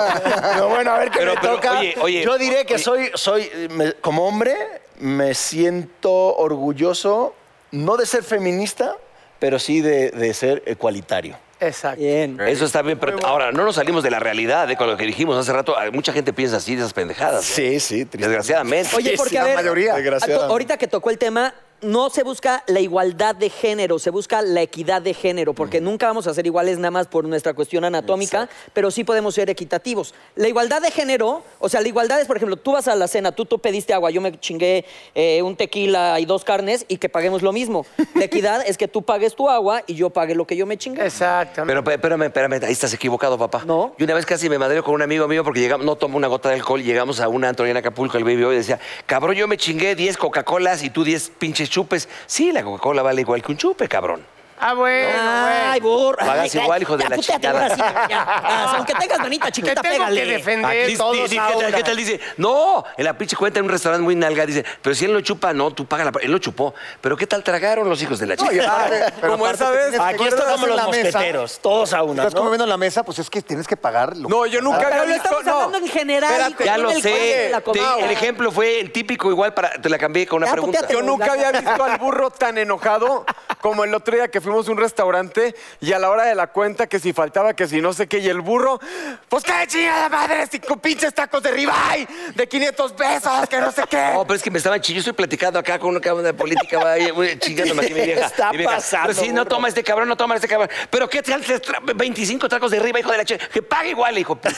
H: Pero bueno, a ver qué
D: Pero-
H: me
D: pero,
H: toca.
D: oye, oye,
H: Yo diré que
D: oye.
H: soy, soy me- como hombre, me siento orgulloso, no de ser feminista, pero sí de, de ser igualitario.
C: Exacto.
H: eh,
E: Bien.
D: Eso está bien, pero ahora no nos salimos de la realidad, ¿eh? con lo que dijimos hace rato. Hay Mucha gente piensa así de esas pendejadas. ¿eh?
H: Sí, sí, triste.
D: Desgraciadamente.
E: Oye, porque a ver, a to-
H: Desgraciadamente.
E: ahorita que tocó el tema, no se busca la igualdad de género, se busca la equidad de género, porque nunca vamos a ser iguales nada más por nuestra cuestión anatómica, pero sí podemos ser equitativos. La igualdad de género, o sea, la igualdad es, por ejemplo, tú vas a la cena, tú, tú pediste agua, yo me chingué eh, un tequila y dos carnes y que paguemos lo mismo. La equidad es que tú pagues tu agua y yo pague lo que yo me chingué.
C: Exactamente.
D: Pero pe- espérame, espérame, ahí estás equivocado, papá.
E: No.
D: Y una vez casi me madreo con un amigo mío porque llegamos, no tomo una gota de alcohol, llegamos a una Antonio en Acapulco, el baby hoy decía, cabrón, yo me chingué 10 Coca-Colas y tú 10 pinches chupes. Sí, la Coca-Cola vale igual que un chupe, cabrón.
C: Ah, bueno,
E: Ay,
C: bueno.
E: burro.
D: Pagas
E: Ay,
D: igual, hijo de
E: ya,
D: la
E: puteate,
D: chingada.
E: ahora sí, ya. Ah, Aunque tengas manita
C: Te
E: chiquita,
C: tengo
E: pégale.
C: que defender
D: Aquí
C: todos
D: sí, sí, ¿qué, tal,
C: ahora.
D: qué tal dice? No, en la pinche cuenta en un restaurante muy nalga dice, pero si él lo chupa, no, tú paga la... Él lo chupó. Pero ¿qué tal tragaron los hijos de la chica?
E: Ah,
G: Como esa vez.
H: Aquí estamos los mosqueteros, todos a una.
G: Estás
H: ¿no?
G: comiendo en la mesa, pues es que tienes que pagar. lo-
F: No, yo nunca
E: Ah, Pero
F: había
E: lo
F: visto...
E: estamos
F: no.
E: hablando en general. hijo,
D: ya
E: no
D: lo
E: del cuello de
D: sé.
E: la
D: Te-
E: comida.
D: el ejemplo fue el típico igual para... Te la cambié con una
E: Ya,
D: pregunta.
E: puteate.
F: Yo nunca había visto al burro tan enojado como el otro día que fuimos a un restaurante y a la hora de la cuenta que si faltaba, que si no sé qué, y el burro, pues qué chingada madre, si con pinches tacos de ribeye de 500 pesos, que no sé qué.
D: No, Oh, pero es que me estaban chillando. Yo estoy platicando acá con una cabrón de política, va ahí, güey, chingándome aquí mi vieja.
H: Está
D: mi vieja.
H: pasando,
D: Pero sí, no
H: burro.
D: toma este cabrón, no toma este cabrón. Pero ¿qué tal? te tra- 25 tacos de arriba, hijo de la chica. Que pague igual, hijo. puta.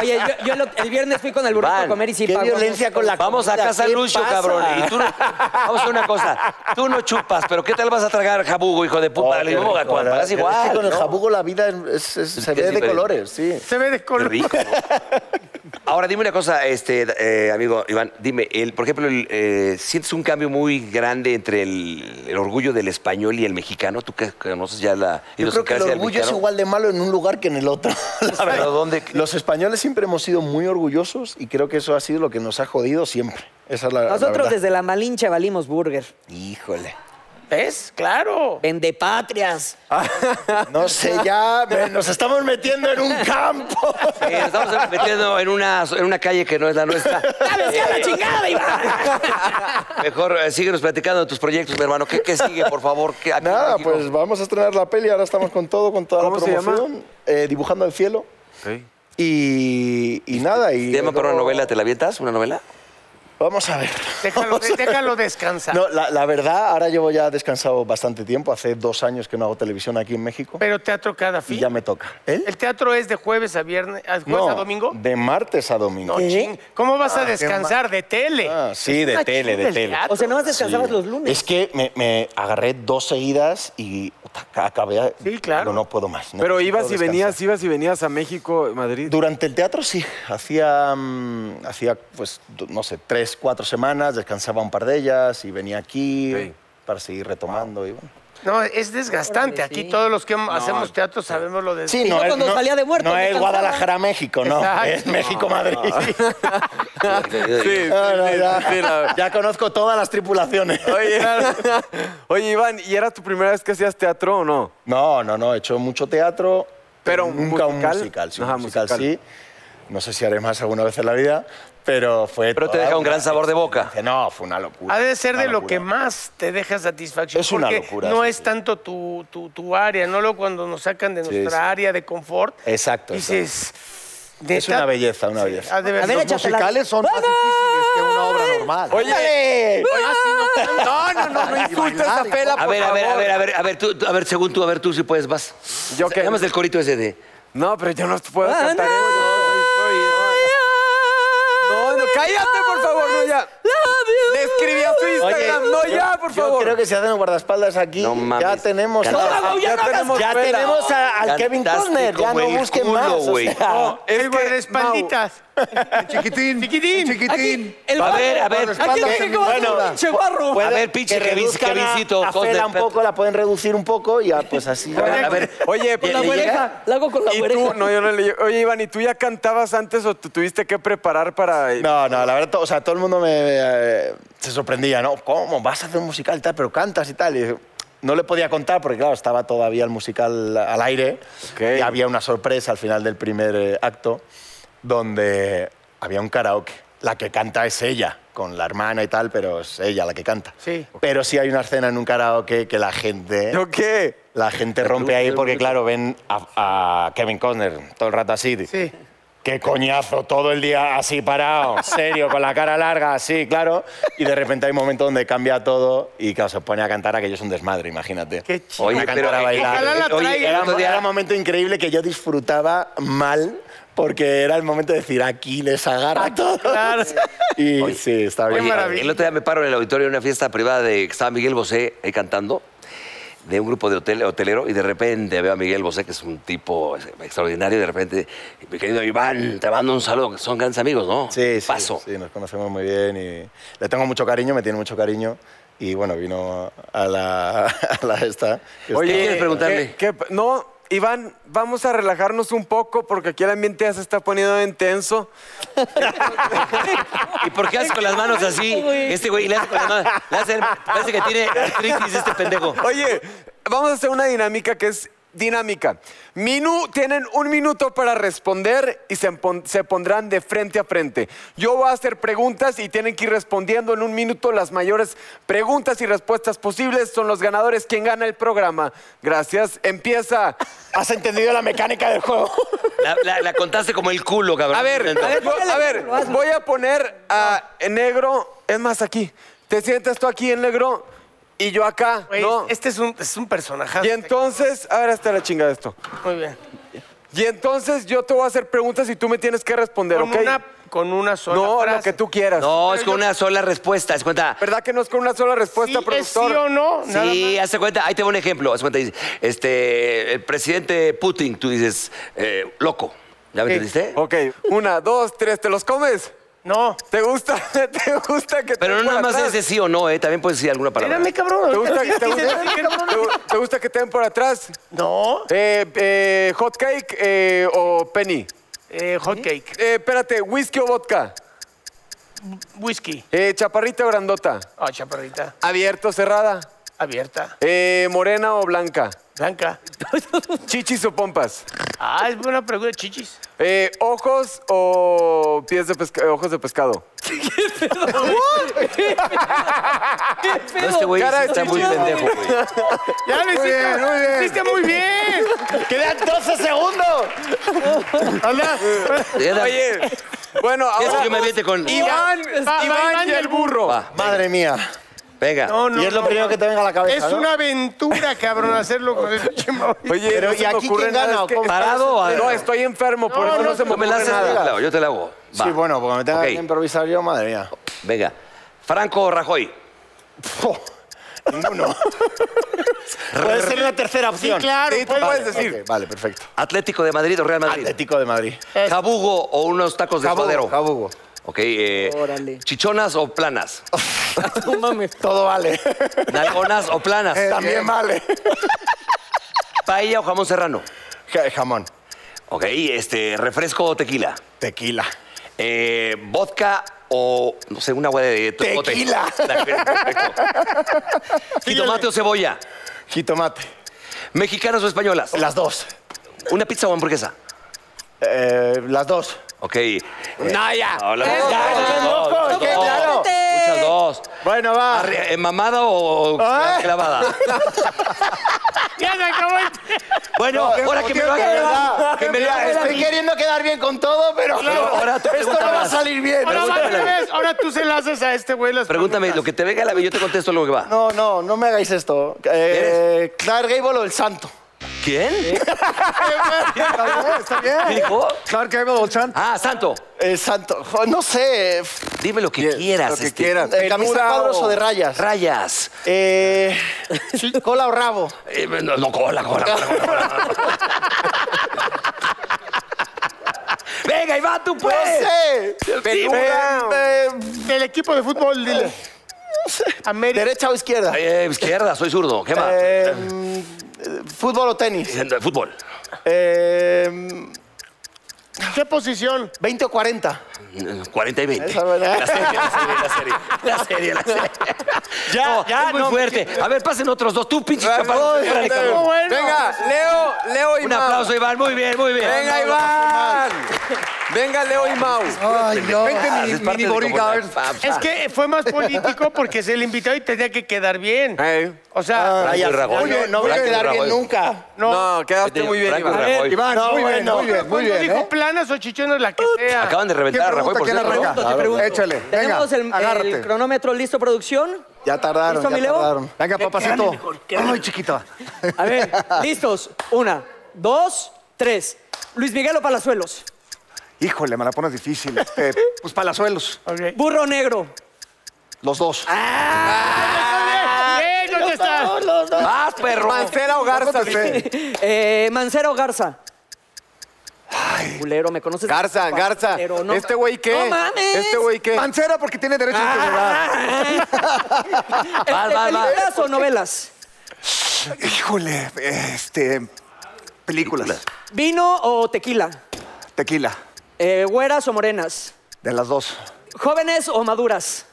E: Oye, yo, yo lo- el viernes fui con el burrito a
D: Van,
E: comer y sí
H: qué
E: pagó.
H: violencia con la
D: Vamos a
H: comida,
D: casa
H: ¿qué
D: Lucio,
H: pasa?
D: cabrón. Y tú no- vamos a hacer una cosa. Tú no chupas, pero ¿qué tal vas a tragar jabugo, hijo de puta? Le digo,
H: Oh, qué rico,
D: cuando
H: la-
D: pagas
H: es que
D: igual.
H: con el
D: ¿no?
H: jabugo la vida es- es- se
D: que
H: ve
D: es
H: de
D: diferente.
H: colores, sí.
C: Se ve de
D: Qué
C: color.
D: rico. Ahora, dime una cosa, este, eh, amigo Iván, dime, el, por ejemplo, el, eh, ¿sientes un cambio muy grande entre el, el orgullo del español y el mexicano? Tú que conoces ya la
H: Yo creo que el
D: idiosincrasia del
H: orgullo es
D: mexicano.
H: igual de malo en un lugar que en el otro. la
D: Pero
H: verdad.
D: ¿dónde-
H: Los españoles siempre hemos sido muy orgullosos y creo que eso ha sido lo que nos ha jodido siempre. Esa es la, la
E: Nosotros
H: verdad.
E: desde la Malinche valimos burger.
H: Híjole.
C: ¿Ves? Claro.
E: Vendepatrias.
H: No sé, ya ve, nos estamos metiendo en un campo.
D: Sí, Eh, nos estamos metiendo en una, en una calle que no es la nuestra.
E: ¡Sabes qué, la chingada, Iván!
D: Mejor eh, síguenos platicando de tus proyectos, mi hermano. ¿Qué, qué sigue, por favor? ¿Qué- aquí en
H: Nada,
D: México?
H: pues vamos a estrenar la peli, ahora estamos con todo, con toda
F: ¿Cómo
H: la
F: se llama?
H: promoción. eh, dibujando el cielo. Y, y nada. Y
D: ¿Tema para una
H: luego-
D: novela? ¿Te la avientas? ¿Una novela?
H: Vamos a ver.
C: Déjalo, déjalo descansar.
H: No, la, la verdad, ahora llevo ya descansado bastante tiempo. Hace dos años que no hago televisión aquí en México.
C: Pero teatro cada
H: y
C: fin.
H: ya me toca. ¿El?
C: ¿El teatro es de jueves a viernes, a jueves a domingo?
H: De martes a domingo.
C: Ching, ¿Cómo vas a descansar de tele?
H: Ah, sí, de
C: Una
H: tele,
C: chinga
H: de
C: el
H: tele.
C: teatro.
E: O sea, nada más descansabas
H: Sí.
E: los lunes.
H: Es que me, me agarré dos seguidas y acabé.
C: Sí, claro.
H: No, no puedo más.
D: pues,
F: Pero
H: Necesito
F: ibas y
H: descansar.
F: venías, ibas y venías a México, Madrid.
H: Durante el teatro sí, hacía, mm, hacía pues, du- no sé, tres, cuatro semanas, descansaba un par de ellas y venía aquí
F: Sí.
H: para seguir retomando. y bueno.
C: No, es desgastante.
E: Órale, sí.
C: Aquí todos los que hacemos teatro sabemos lo de...
E: yo
H: es-
E: cuando salía de muerto
H: No
E: me
H: es
E: cansaba.
H: Guadalajara, México, no.
C: Exacto.
H: Es México-Madrid.
F: Sí,
H: No, no,
F: sí,
H: ya,
F: sí, la-
H: ya conozco todas las tripulaciones.
F: Oye, oye, Iván, ¿y era tu primera vez que hacías teatro o no?
H: No, no, no, he hecho mucho teatro,
F: Pero
H: pero nunca
F: musical.
H: un musical. Sí, un
F: Ajá,
H: musical,
F: musical.
H: sí. No sé si haré más alguna vez en la vida, pero fue.
D: Pero te
H: toda
D: deja un
H: una
D: gran sabor de boca.
H: experiencia. No, fue una locura.
C: Ha de ser
H: una
C: de lo
H: locura.
C: que más te deja satisfacción.
H: Es una
C: porque
H: locura,
C: No
H: sí,
C: es
H: sí.
C: tanto tu, tu, tu área, no lo cuando nos sacan de nuestra
H: sí.
C: área de confort.
H: Exacto,
C: Dices.
H: Es una belleza, una belleza.
C: A de
E: A ver,
C: los
E: échatela.
G: musicales son más difíciles que una obra normal.
H: Oye,
F: No, no, no, no insultes a Fela,
D: A
F: por
D: ver, a ver, a
F: favor.
D: ver, a ver, a ver, tú, tú- a ver, según tú, a ver, tú si puedes, vas.
F: ¿Yo qué?
D: Llamas del corito ese de.
F: No, pero yo no puedo
E: Ah,
F: cantar eso. No, no, cállate, por favor, no ya. Le escribí a su Instagram,
H: Oye,
F: no
H: yo-
F: ya, por
H: yo
F: favor.
H: creo que si hacen guardaespaldas aquí,
D: No mames.
H: ya tenemos.
D: No,
H: a-
E: Mau, ya no
F: hagas-
H: ya
F: espera.
H: tenemos a- al Kevin
D: Cantaste
H: Costner. Ya
D: como
H: no
D: el
H: busquen
D: culo,
H: más. o
D: güey.
H: sea.
F: No, es que,
C: de espalditas.
G: Chiquitín.
C: Chiquitín.
G: Chiquitín.
E: El
D: A ver, a ver.
E: Aquí lo tengo más
H: Bueno,
E: bueno, pinche barro.
H: Puede
D: A ver, pinche
H: que
D: Kevin-
H: reduzcan a-
D: Kevincito,
H: a
D: Costner,
H: Fela un
D: Pep.
H: poco, la pueden reducir un poco y ya, pues así.
D: A ver,
F: Oye, pues,
E: Con la
D: ¿le
E: oreja. La hago con la
F: ¿Y tú?
E: oreja.
F: No, yo no le Oye, Iván, ¿y tú ya cantabas antes o te tuviste que preparar para...?
H: No, no, la verdad, to- o sea, todo el mundo me, eh, se sorprendía, ¿no? ¿Cómo vas a hacer un musical y tal, pero cantas y tal? Y no le podía contar porque, claro, estaba todavía el musical al aire
F: Ok.
H: y había una sorpresa al final del primer eh, acto donde había un karaoke. La que canta es ella, con la hermana y tal, pero es ella la que canta.
C: Sí.
H: Pero sí hay una escena en un karaoke que la gente...
F: eh, ¿Yo qué?
H: La gente rompe ahí porque, claro, ven a, a Kevin Costner todo el rato así.
C: Sí.
H: Qué coñazo, todo el día así parado, serio, con la cara larga, así, claro. Y de repente hay un momento donde cambia todo y, claro, se pone a cantar aquello es un desmadre, imagínate.
C: Qué chido.
D: Oye,
H: A cantar,
D: pero.
H: a bailar.
C: Ojalá la
D: oye,
C: traigan.
D: el
H: Era,
D: otro día-
H: era un momento increíble que yo disfrutaba mal porque era el momento de decir, aquí les agarra a todos.
C: Claro.
H: Y sí, está
C: Qué
H: bien.
C: maravilla.
D: El otro día me paro en el auditorio en una fiesta privada de que estaba Miguel Bosé ahí cantando de un grupo de hotel, hotelero y de repente veo a Miguel Bosé, que es un tipo extraordinario, y de repente, mi querido Iván, te mando un saludo, que son grandes amigos, ¿no?
H: Sí, sí,
D: Paso.
H: sí, nos conocemos muy bien y le tengo mucho cariño, me tiene mucho cariño y bueno, vino a la, a la esta. que
D: Oye,
H: está-
D: quieres preguntarle?
F: ¿qué- qué- no, Iván, vamos a relajarnos un poco porque aquí el ambiente ya se está poniendo intenso.
D: ¿Y por qué haces con las manos así?
E: Güey.
D: Este güey le hace con las manos. le hace- parece que tiene artritis este pendejo.
F: Oye, vamos a hacer una dinámica que es dinámica. Minu, tienen un minuto para responder y se, pon- se pondrán de frente a frente. Yo voy a hacer preguntas y tienen que ir respondiendo en un minuto las mayores preguntas y respuestas posibles. Son los ganadores quien gana el programa. Gracias. Empieza.
H: Has entendido la mecánica del juego.
D: La, la- la contaste como el culo, cabrón.
F: A ver,
D: Intento.
F: yo- a ver, voy a poner a en negro, es más aquí. Te sientas tú aquí en negro y yo acá,
C: Güey,
F: ¿no?
C: Este es un, es un personaje.
F: Y entonces, ahora está la chingada esto.
C: Muy bien.
F: Y entonces yo te voy a hacer preguntas y tú me tienes que responder,
C: Con,
F: ¿ok?
C: una, con una sola
F: no,
C: frase.
F: la que tú quieras.
D: No, es con una sola respuesta. Haz cuenta.
F: ¿Verdad que no es con una sola respuesta,
C: Sí, es sí
F: productor?
C: o no. nada
D: Sí, hace cuenta. Ahí te va un ejemplo. Haz cuenta. dice, Este, el presidente Putin, tú dices, eh, loco. ¿Ya me
C: Sí.
D: entendiste?
F: Ok, una, dos, tres, ¿te los comes?
C: No.
F: ¿Te gusta? ¿Te gusta que te
D: Pero no
F: den por
D: nada más
F: atrás?
D: ese sí o no, ¿eh? También puedes decir alguna palabra.
C: Espérame, cabrón.
F: ¿Te gusta,
C: ahorita
F: te
C: sí
F: gusta-
C: te dije, cabrón.
F: te- te gusta que te den por atrás?
C: No.
F: Eh, eh, hot cake eh, o penny.
C: Eh, hot cake.
F: Eh, espérate, whisky o vodka.
C: Whisky.
F: Eh, chaparrita o grandota.
C: Ah, chaparrita.
F: Abierto o cerrada.
C: Abierta.
F: Eh, morena o blanca.
C: Blanca.
F: Chichis o pompas.
C: Ah, es buena pregunta, chichis.
F: Eh, ojos o pies de pesca- ojos de pescado.
D: No, este güey sí
F: Cara de
D: está muy
F: chichón,
D: pendejo, güey.
C: Ya lo hiciste. Muy bien, Hiciste muy bien.
H: ¡Quedan 12 segundos!
C: Anda.
D: Ya,
F: Oye, bueno,
D: ¿quieres que
F: ahora...
D: yo me aviente con...?
F: Iván,
C: Va,
F: Iván
C: Iván
F: y el burro.
D: Va,
H: Madre mía.
D: venga.
C: No, no.
H: y es lo
C: no.
H: primero que te venga a la cabeza.
C: Es
H: ¿no?
C: una aventura, cabrón, hacerlo con el pinche Mauricio.
F: Oye,
H: Pero,
F: no
H: ¿y
F: se me
H: aquí
F: ocurre
H: quién
F: nada,
H: gana
F: es
H: o
F: que-
H: cómo?
D: ¿Parado o-
F: No, estoy enfermo, por
C: No,
F: eso no,
C: no,
F: se me
D: ¿Tú me la
F: ocurre
D: haces?
F: nada.
D: Claro, yo te la hago. Va.
H: Sí, bueno, porque me tenga
D: Ok,
H: que improvisar yo, madre mía.
D: Venga. Franco o Rajoy.
H: Puh. Ninguno. Puede ser una tercera opción.
C: claro,
H: Sí, tú
C: puede-
H: puedes decir. Ok, vale, perfecto.
D: Atlético de Madrid o Real Madrid.
H: Atlético de Madrid.
D: Jabugo o unos tacos de suadero.
H: Jabugo.
D: Ok, eh,
E: Órale.
D: chichonas o planas.
E: No mames.
H: Todo vale.
D: Nalgonas o planas.
H: También vale.
D: Paella o jamón serrano.
H: Ja- Jamón.
D: Ok, este, refresco o tequila.
H: Tequila.
D: Eh, vodka o, no sé, una agua de tecate.
H: Tequila.
D: Perfecto. Jitomate o cebolla.
H: Jitomate.
D: Mexicanas o españolas.
H: Las dos.
D: Una pizza o hamburguesa.
H: Eh, las dos.
D: Ok. Naya.
H: loco, qué claro.
D: Muchas dos.
H: Bueno, va.
D: Arre- eh, ¿Mamada o
H: Ah.
D: clavada?
C: Ya se acabó el tiempo.
D: Bueno, ahora que me lo
H: Tío, de
D: hagan.
H: verdad.
D: Que me este. lo
H: Mira,
D: hagan.
H: estoy queriendo quedar bien con todo, pero,
D: Pero ahora tú
H: esto no
D: pregúntame
H: va a
D: las-
H: salir bien.
C: Ahora va al
D: Pregúntame.
C: revés, ahora tú se la haces a este güey las
D: Pregúntame lo que te venga a la vida, yo te contesto lo que va.
H: No, no, no me hagáis esto. Eh, Clark Gable o el santo.
D: ¿Quién?
G: ¿Está bien?
D: ¿Qué dijo?
G: Clark Gable o Chan.
D: Ah, Santo.
H: El santo. Jo, No sé.
D: Dime lo que quieras.
F: Lo que
D: este.
F: quieras.
H: eh, ¿Camisa de
F: Peluda
H: cuadros o de rayas?
D: Rayas.
H: Eh, ¿Cola o rabo?
D: Eh, no, no, cola, cola, cola, cola. Venga, Iván, tú pues.
H: No
D: puedes.
H: sé.
F: Peluda.
H: Eh,
C: Del equipo de fútbol, dile. América.
H: ¿Derecha o izquierda?
D: Eh, izquierda, soy zurdo. ¿Qué más?
H: Eh, mm, ¿Fútbol o tenis?
D: Diciendo de Fútbol.
H: Eh, mm,
C: Em, ¿Qué posición?
H: 20 o 40.
D: 40 y 20.
H: Esa buena.
D: La serie, la serie, la serie. La serie, la serie.
H: Ya,
D: No,
H: ya,
D: es muy
H: no,
D: fuerte. A ver, pasen otros dos. Tú, pinche chaparro.
F: Voy,
D: Ay,
F: Leo.
D: cabrón.
C: bueno.
F: Venga, Leo, Leo y
D: Un
F: Mau.
D: aplauso, Iván. Muy bien, muy bien.
F: Venga, Iván. Venga, Leo y Mau.
G: Vente,
D: Ah,
G: mi-
D: es parte
G: mini
D: de Ah,
G: bodyguard.
D: cómo la-
C: Es que fue más político porque es el invitado y tenía que quedar bien.
F: Ey.
C: O sea,
D: Franco y Rajoy.
H: no, no voy a
D: Franco y
H: quedar bien
D: Rajoy.
H: nunca.
F: No, quedaste muy bien,
D: Franco y
F: Iván.
D: Rajoy.
G: Iván, muy bien, muy bien, muy
C: cuando
G: bien.
C: dijo
G: ¿eh?
C: planas o chichones, la que sea.
D: Acaban de reventar a Rajoy,
G: pregunta?
D: por
G: ¿Quién
D: cierto. ¿no?
G: arranca?
E: Pregunto, te pregunto.
G: Échale, venga,
E: ¿Tenemos el,
G: agárrate.
E: el cronómetro listo, producción?
H: Ya tardaron,
E: ¿Listo, mi
H: ya
E: Leo?
H: tardaron.
G: Venga, papacito. Ay, chiquita.
E: A ver, listos. Una, dos, tres. Luis Miguel o Palazuelos.
G: Híjole, me la pones difícil. Este, pues palazuelos.
C: Ok.
E: Burro negro.
G: Los dos.
C: Bien, ¿dónde está?
D: Más, perro.
F: Mancera o Garza.
E: Eh, Mancera o Garza. Ay. Culero, me conoces.
F: Garza, Garza.
E: Pero no-
F: ¿Este güey qué?
E: No mames.
F: ¿Este güey qué?
G: Pancera porque tiene derecho a integridad.
E: Este,
D: Vas, vas, vas.
E: ¿Películas o novelas?
G: Híjole, este. Películas.
E: ¿Vino o tequila?
G: Tequila.
E: Eh, ¿Güeras o morenas?
G: De las dos.
E: ¿Jóvenes o maduras?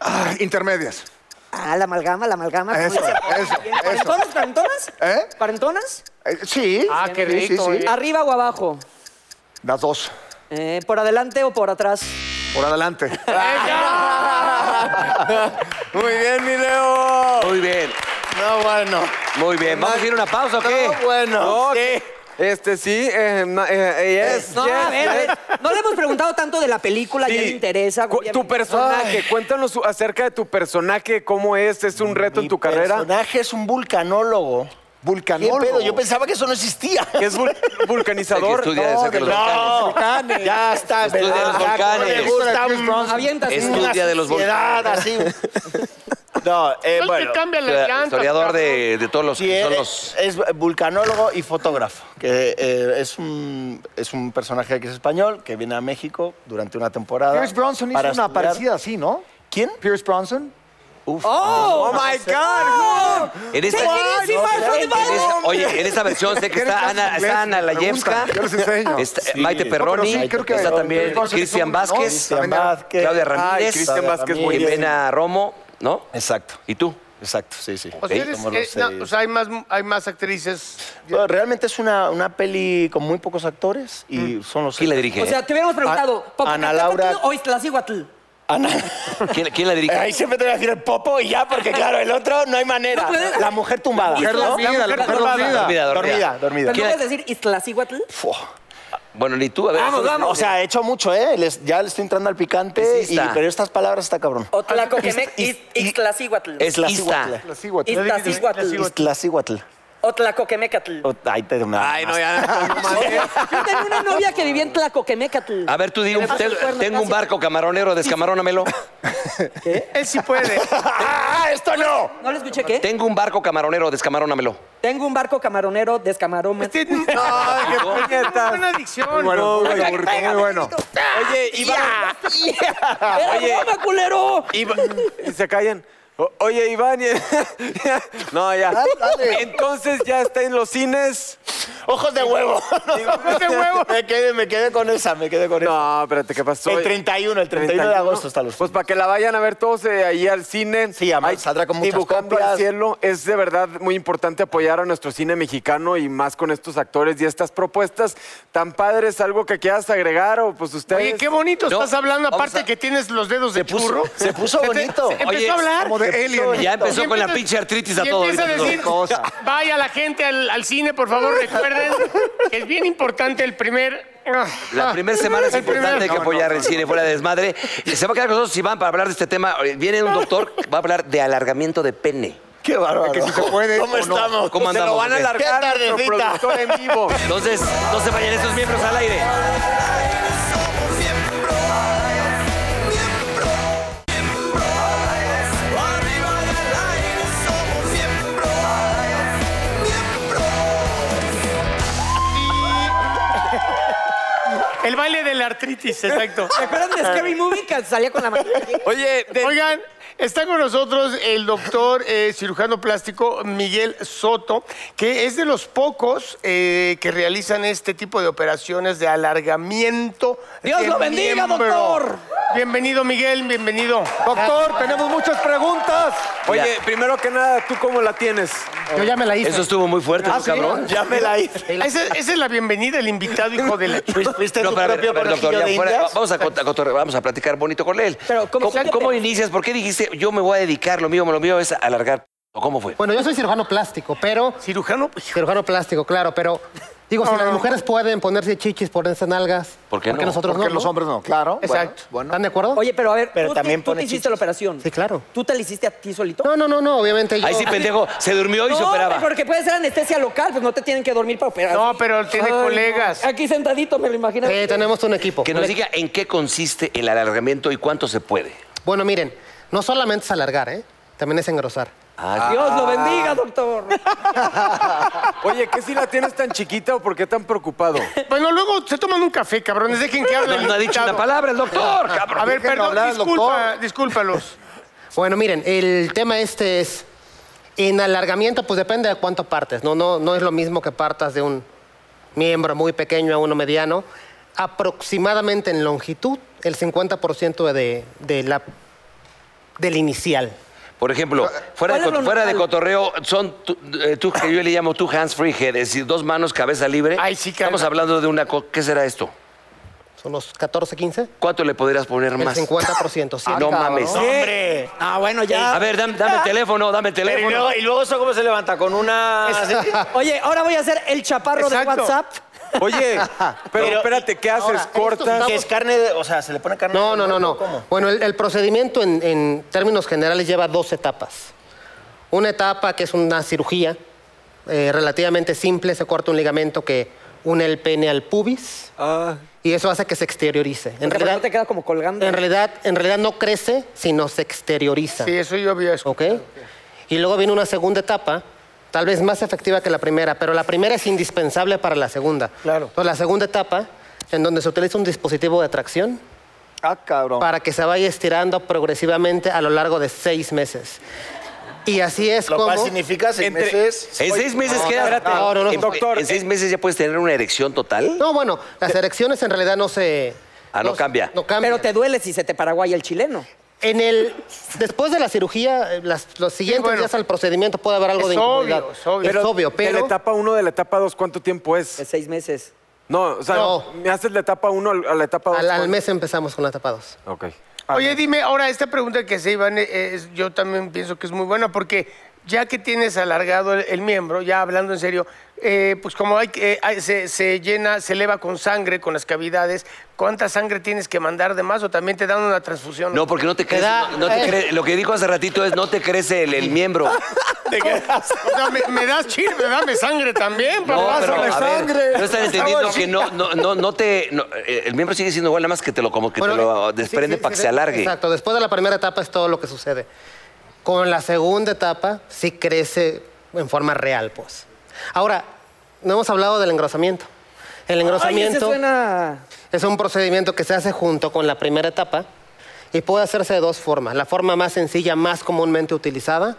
G: Ah, intermedias.
E: Ah, la amalgama, la amalgama. ¿cómo
G: Eso,
E: dice?
G: eso, eso.
E: ¿Cuarentonas, cuarentonas?
G: ¿Eh?
E: ¿Cuarentonas?
G: Eh, sí.
C: Ah, qué
G: Sí, sí,
C: rico,
G: sí.
C: eh.
E: ¿Arriba o abajo?
G: Las dos.
E: Eh, ¿Por adelante o por atrás?
G: Por adelante.
F: Muy bien, mi Leo.
D: Muy bien,
H: No, bueno.
D: muy bien. ¿Vamos a ir a una pausa o qué?
H: No, bueno.
F: No, Este sí. eh, ma- eh, eh, yes,
E: No,
F: yes,
E: a ver, a
F: yes.
E: ver, no le hemos preguntado tanto de la película, ya
F: Sí.
E: le interesa.
F: Cu- Tu
E: obviamente.
F: personaje, cuéntanos su- acerca de tu personaje, cómo es, es un reto en tu carrera.
H: Mi personaje es un vulcanólogo. ¿Qué
G: Vulcanólogo.
H: pedo? Yo pensaba que eso no existía.
F: ¿Qué es vul- vulcanizador?
D: Estudia,
F: No,
D: saca
F: de
D: los
F: verdad.
D: volcanes.
H: Ya está.
D: Estudia
H: ¿verdad?
D: los volcanes.
H: Me gusta un-
E: Avientas
D: Estudia
E: una-
D: de los
H: sociedad,
D: volcanes.
H: así. No, eh,
C: No te
H: bueno.
C: cambia la llanta.
D: Historiador de, de todos los
H: Sí,
D: que son
H: eh,
D: los.
H: es, vulcanólogo y fotógrafo, que eh, es, un, es un personaje que es español, que viene a México durante una temporada.
G: Pierce Bronson hizo
H: para
G: una
H: estudiar.
G: parecida así, ¿no?
H: ¿Quién?
G: Pierce Bronson.
E: ¡Oh!
F: Oh my God.
D: En esta,
E: Take it easy, my friend,
D: en esta-
E: my
D: oye, en esta versión sé que está Ana, está Ana Layevska,
G: Yo les enseño.
D: está Maite Perroni,
G: No, pero sí, creo que-
D: está también
G: Pierce Brosnan
D: Cristian
G: es un- ¿no?
D: Vázquez,
H: Cristian Vázquez.
D: Claudia
F: Ay,
D: Ramírez,
F: Cristian Vázquez, muy bien.
D: Jimena Romo, ¿no?
H: Exacto,
D: ¿Y tú?
H: exacto, sí, sí.
C: O sea, eres-
H: Somos
C: eh,
H: los
C: no,
H: seis.
C: o sea, hay más, hay más actrices.
H: No, Realmente es una, una peli con muy pocos actores y son los
D: ¿Quién la
H: seis.
D: dirige?
E: O sea, te hubiéramos preguntado,
H: A-
E: ¿Popocatépetl
H: Ana Laura-
E: o Iztaccíhuatl?
D: ¿Quién, quién la dirige?
H: Ah, Ahí siempre te voy a decir el popo y ya, porque claro, el otro no hay manera.
E: No puedes-
H: La mujer tumbada.
E: Mujer
H: ¿no?
E: dormida, la mujer
H: tumbada.
D: Ah, dormida.
H: Dormida, dormida.
E: ¿Pero no
D: ¿Quién-
E: puedes decir Iztaccíhuatl?
D: Bueno, ni tú, a ver.
H: O sea, he hecho mucho, ¿eh? Les- ya le estoy entrando al picante, y,
D: Pesista.
H: pero estas palabras está cabrón.
E: O Tlacoquemec, Iz- Iztaccíhuatl.
D: es la
H: Iztaccíhuatla.
G: Las sigo a ti.
E: Iztaccíhuatl.
H: Iztaccíhuatl.
E: O Tlacoquemecatl.
H: O- Ahí te una.
F: Ay, no, ya. no mames.
E: Yo tenía una novia que vivía en Tlacoquemecatl.
D: A ver, tú di un,
E: Me pasó el
D: te-
E: cuerno,
D: tengo un
E: gracias.
D: barco camaronero, descamarónamelo.
C: Él sí puede.
H: ¡Ah, esto no! camaronero.
E: No le escuché qué.
D: Tengo un barco camaronero, descamarónamelo.
E: Tengo un barco camaronero, descamarón.
C: Este-
F: Ay, qué puñetas.
C: una adicción.
F: Muy bueno, muy bueno, Burko, muy bueno.
I: Oye, Iván.
E: ¡Era
I: Oye.
E: broma, culero!
I: Iván-
F: Y se callan. O- oye, Iván. y- no, ya. Entonces ya está en los cines.
I: Ojos de huevo.
C: Ojos de huevo.
I: Me quedé, me quedé con esa, me quedé con esa.
F: No, espérate, ¿qué pasó?
I: el 31, el 31 de agosto está los
F: Pues para que la vayan a ver todos eh, ahí al cine.
I: Sí, además,
F: Ahí,
I: saldrá con muchas
F: Dibujando
I: copias.
F: al cielo. Es de verdad muy importante apoyar a nuestro cine mexicano y más con estos actores y estas propuestas tan padres. ¿Algo que quieras agregar o pues ustedes?
C: Oye, qué bonito
D: No,
C: estás hablando,
D: vamos
C: aparte
D: a-
C: que tienes los dedos de
I: Se puso-
C: churro.
I: se puso
G: Este,
C: te-
I: bonito.
C: se empezó
D: Oye,
C: a hablar.
I: como de Alien.
D: Ya empezó
C: Y
D: con la
C: empieza-
D: pinche artritis a
C: y
D: todo.
C: empieza a
D: ahorita,
C: decir,
D: todo.
C: vaya la gente al, al cine, por favor, recuerden que es bien importante el primer...
I: Ah,
D: La primera semana es
C: El
D: importante
C: primer-
D: hay que apoyar el cine fuera de desmadre. Se va a quedar con nosotros Iván para hablar de este tema. Eh, Viene un doctor, va a hablar de alargamiento de pene.
I: Qué bárbaro.
G: Que si se puede
I: ¿Cómo
G: o no.
I: estamos?
D: ¿Cómo
I: Se lo
D: andamos,
I: van a
D: bebé?
I: alargar.
F: Qué
I: nuestro
F: tardecita.
I: productor en vivo.
D: Entonces, no se vayan estos miembros al aire.
B: Somos miembros, miembros, miembros. Arriba y al aire somos miembros, miembros.
C: El baile de la artritis, exacto.
E: ¿Se acuerdan de Scary Movie que salía con la mano?
I: Oye, de-
C: Oigan, está con nosotros el doctor eh, cirujano plástico Miguel Soto, que es de los pocos eh, que realizan este tipo de operaciones de alargamiento.
E: Dios
C: de
E: lo bendiga,
C: miembro.
E: doctor.
C: Bienvenido, Miguel, bienvenido.
F: Doctor, tenemos muchas preguntas. Oye, primero que nada, ¿tú cómo la tienes?
C: Yo ya me la hice.
D: Eso estuvo muy
I: Ah,
D: fuerte, ¿no, cabrón.
I: ya me la hice.
C: Esa, esa es la bienvenida, el invitado, hijo de la.
I: Fuiste-
C: Este
I: Fuiste
D: No,
I: tu
D: pero a ver,
I: propio
D: a ver, doctor,
I: conejillo
D: ya
I: de
D: fuera,
I: indias.
D: vamos, a, cont- a cotorre- vamos a platicar bonito con él.
E: Pero, ¿cómo-
D: ¿Cómo, cómo inicias? ¿Por qué dijiste yo me voy a dedicar? Lo mío, lo mío es alargar. ¿O cómo fue?
J: Bueno, yo soy cirujano plástico, pero.
D: oh.
C: Cirujano,
J: Cirujano plástico, claro, pero. Digo, si las mujeres pueden ponerse chichis, ponerse nalgas.
D: ¿Por qué no?
J: nosotros
G: Porque
J: no?
G: los
J: no?
G: hombres no, claro.
C: Exacto.
G: Bueno,
J: ¿Están de acuerdo?
E: Oye, pero a ver,
I: Pero
E: ¿tú,
I: también
E: te, tú te
I: pone
E: hiciste
I: chichis.
E: la operación.
J: Sí, claro.
E: ¿Tú te la hiciste a ti solito?
J: No, no, no, no, obviamente yo.
D: Ahí sí, pendejo, se durmió y se
E: No,
D: operaba.
E: porque puede ser anestesia local, pues no te tienen que dormir para operar.
C: No, pero tiene colegas.
E: Aquí sentadito, me lo imagino.
J: Eh, tenemos un equipo.
D: Que nos diga en qué consiste el alargamiento y cuánto se puede.
J: Bueno, miren, no solamente es alargar, ¿eh? También es engrosar.
E: Dios lo
C: Ah.
E: bendiga, doctor.
F: Oye, ¿qué si la tienes tan chiquita o por qué tan preocupado?
C: Bueno, luego se toman un café, cabrones, dejen que
D: No,
C: hablen.
D: no ha dicho una palabra el doctor, cabrón.
C: A ver,
G: Déjenlo
C: perdón,
G: hablar al
C: disculpa,
G: doctor.
C: discúlpalos.
J: Bueno, miren, el tema este es. En alargamiento, pues depende de cuánto partes. No, no, no es lo mismo que partas de un miembro muy pequeño a uno mediano. Aproximadamente en longitud, el 50% de, de la, del inicial.
D: Por ejemplo, fuera de,
E: ¿Cuál es
D: cot-
E: lo
D: fuera de
E: normal?
D: cotorreo, son tú, eh, tú- que yo le llamo tú hands free head, es decir, dos manos, cabeza libre.
C: Ay, sí, cabrón.
D: Estamos hablando de una co- ¿Qué será esto?
J: Son los 14, 15.
D: ¿Cuánto le podrías poner
J: El
D: más?
J: 50%, sí. Ah,
D: no mames.
I: ¡Hombre!
E: Ah, bueno, ya.
D: A ver, dame, dame el teléfono, dame el
I: Pero y
D: teléfono.
I: luego, y luego eso cómo se levanta, con una... así?
E: Oye, ahora voy a hacer el chaparro de
C: Exacto.
E: WhatsApp.
F: Oye, pero,
I: Pero-
F: espérate, ¿qué haces? ¿Cortas?
I: Que es carne, de- o sea, se le pone carne.
J: No,
I: de
J: no, no, no.
I: muerto, ¿Cómo?
J: Bueno, el, el procedimiento en, en términos generales lleva dos etapas. Una etapa que es una cirugía eh, relativamente simple, se corta un ligamento que une el pene al pubis y eso hace que se exteriorice. En
E: Porque
J: realidad,
E: no te queda como colgando.
J: en realidad, en realidad no crece, sino se exterioriza.
C: Sí, eso yo había escuchado.
J: ¿Ok? Y luego viene una segunda etapa, tal vez más efectiva que la primera, pero la primera es indispensable para la segunda.
C: Claro.
J: Entonces, la segunda etapa, en donde se utiliza un dispositivo de tracción
G: Ah, cabrón.
J: para que se vaya estirando progresivamente a lo largo de seis meses. Y así es
I: Lo
J: como...
I: cual significa seis
F: Entre-
I: meses...
D: En seis meses queda.
J: no, no, no,
D: en,
J: doctor.
D: en seis meses ya puedes tener una erección total.
J: No, bueno, las erecciones en realidad no se...
D: Ah, no cambia.
J: No cambia.
E: Pero te duele si se te paraguaya el chileno.
J: En el, después de la cirugía, eh, las- los siguientes
C: bueno.
J: días al procedimiento puede haber algo
C: Es
J: de
C: obvio,
J: incomodidad.
C: es obvio.
J: Es obvio,
F: De la
J: pero...
F: etapa 1 de la etapa 2, ¿cuánto tiempo
E: De
F: es?
E: seis meses.
F: No, o sea,
J: No.
F: me haces la etapa 1 a la etapa 2.
J: Al, al mes empezamos con la etapa 2.
F: Ok.
C: Oye, dime, ahora esta pregunta que se Iván, eh, es- yo también pienso que es muy buena porque ya que tienes alargado el, el miembro, ya hablando en serio, eh, pues como hay, que- eh, hay- se, se llena, se eleva con sangre, con las cavidades, ¿cuánta sangre tienes que mandar de más o también te dan una transfusión?
D: No, porque no te crece.
J: da-
D: no- no te cre- lo que dijo hace ratito es no te crece el, el miembro.
C: O sea, me, me das chir, me dame sangre también,
D: No,
C: papá.
D: pero
C: Dame
D: a ver,
C: sangre.
D: no están entendiendo que no, no, no, no te. no, eh, el miembro sigue siendo igual,
J: eh,
D: nada más que te lo como que te lo desprende para que se alargue.
J: Exacto, después de la primera etapa es todo lo que sucede. Con la segunda etapa sí crece en forma real, pues. Ahora, no hemos hablado del engrosamiento. El
E: Ay, ese
J: engrosamiento
E: suena...
J: es un procedimiento que se hace junto con la primera etapa y puede hacerse de dos formas. La forma más sencilla, más comúnmente utilizada,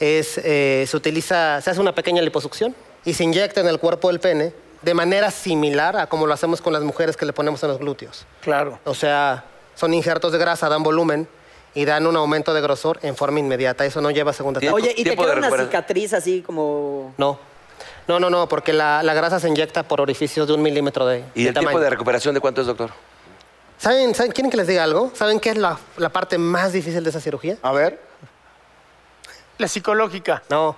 J: es eh, se utiliza, se hace una pequeña liposucción y se inyecta en el cuerpo del pene de manera similar a como lo hacemos con las mujeres que le ponemos en los glúteos.
I: Claro.
J: O sea, son injertos de grasa, dan volumen y dan un aumento de grosor en forma inmediata. Eso no lleva a segunda etapa.
E: Oye, ¿y te
D: Tiempo de
E: queda una
D: recuperación.
E: cicatriz así como...?
J: No. No, no, no, porque la, la grasa se inyecta por orificios de un milímetro de,
D: ¿Y
J: de
D: el tiempo
J: tamaño.
D: de recuperación de cuánto es, doctor?
J: ¿Saben, saben- ¿Quieren que les diga algo? ¿Saben qué es la, la parte más difícil de esa cirugía?
F: A ver.
C: La psicológica.
J: No,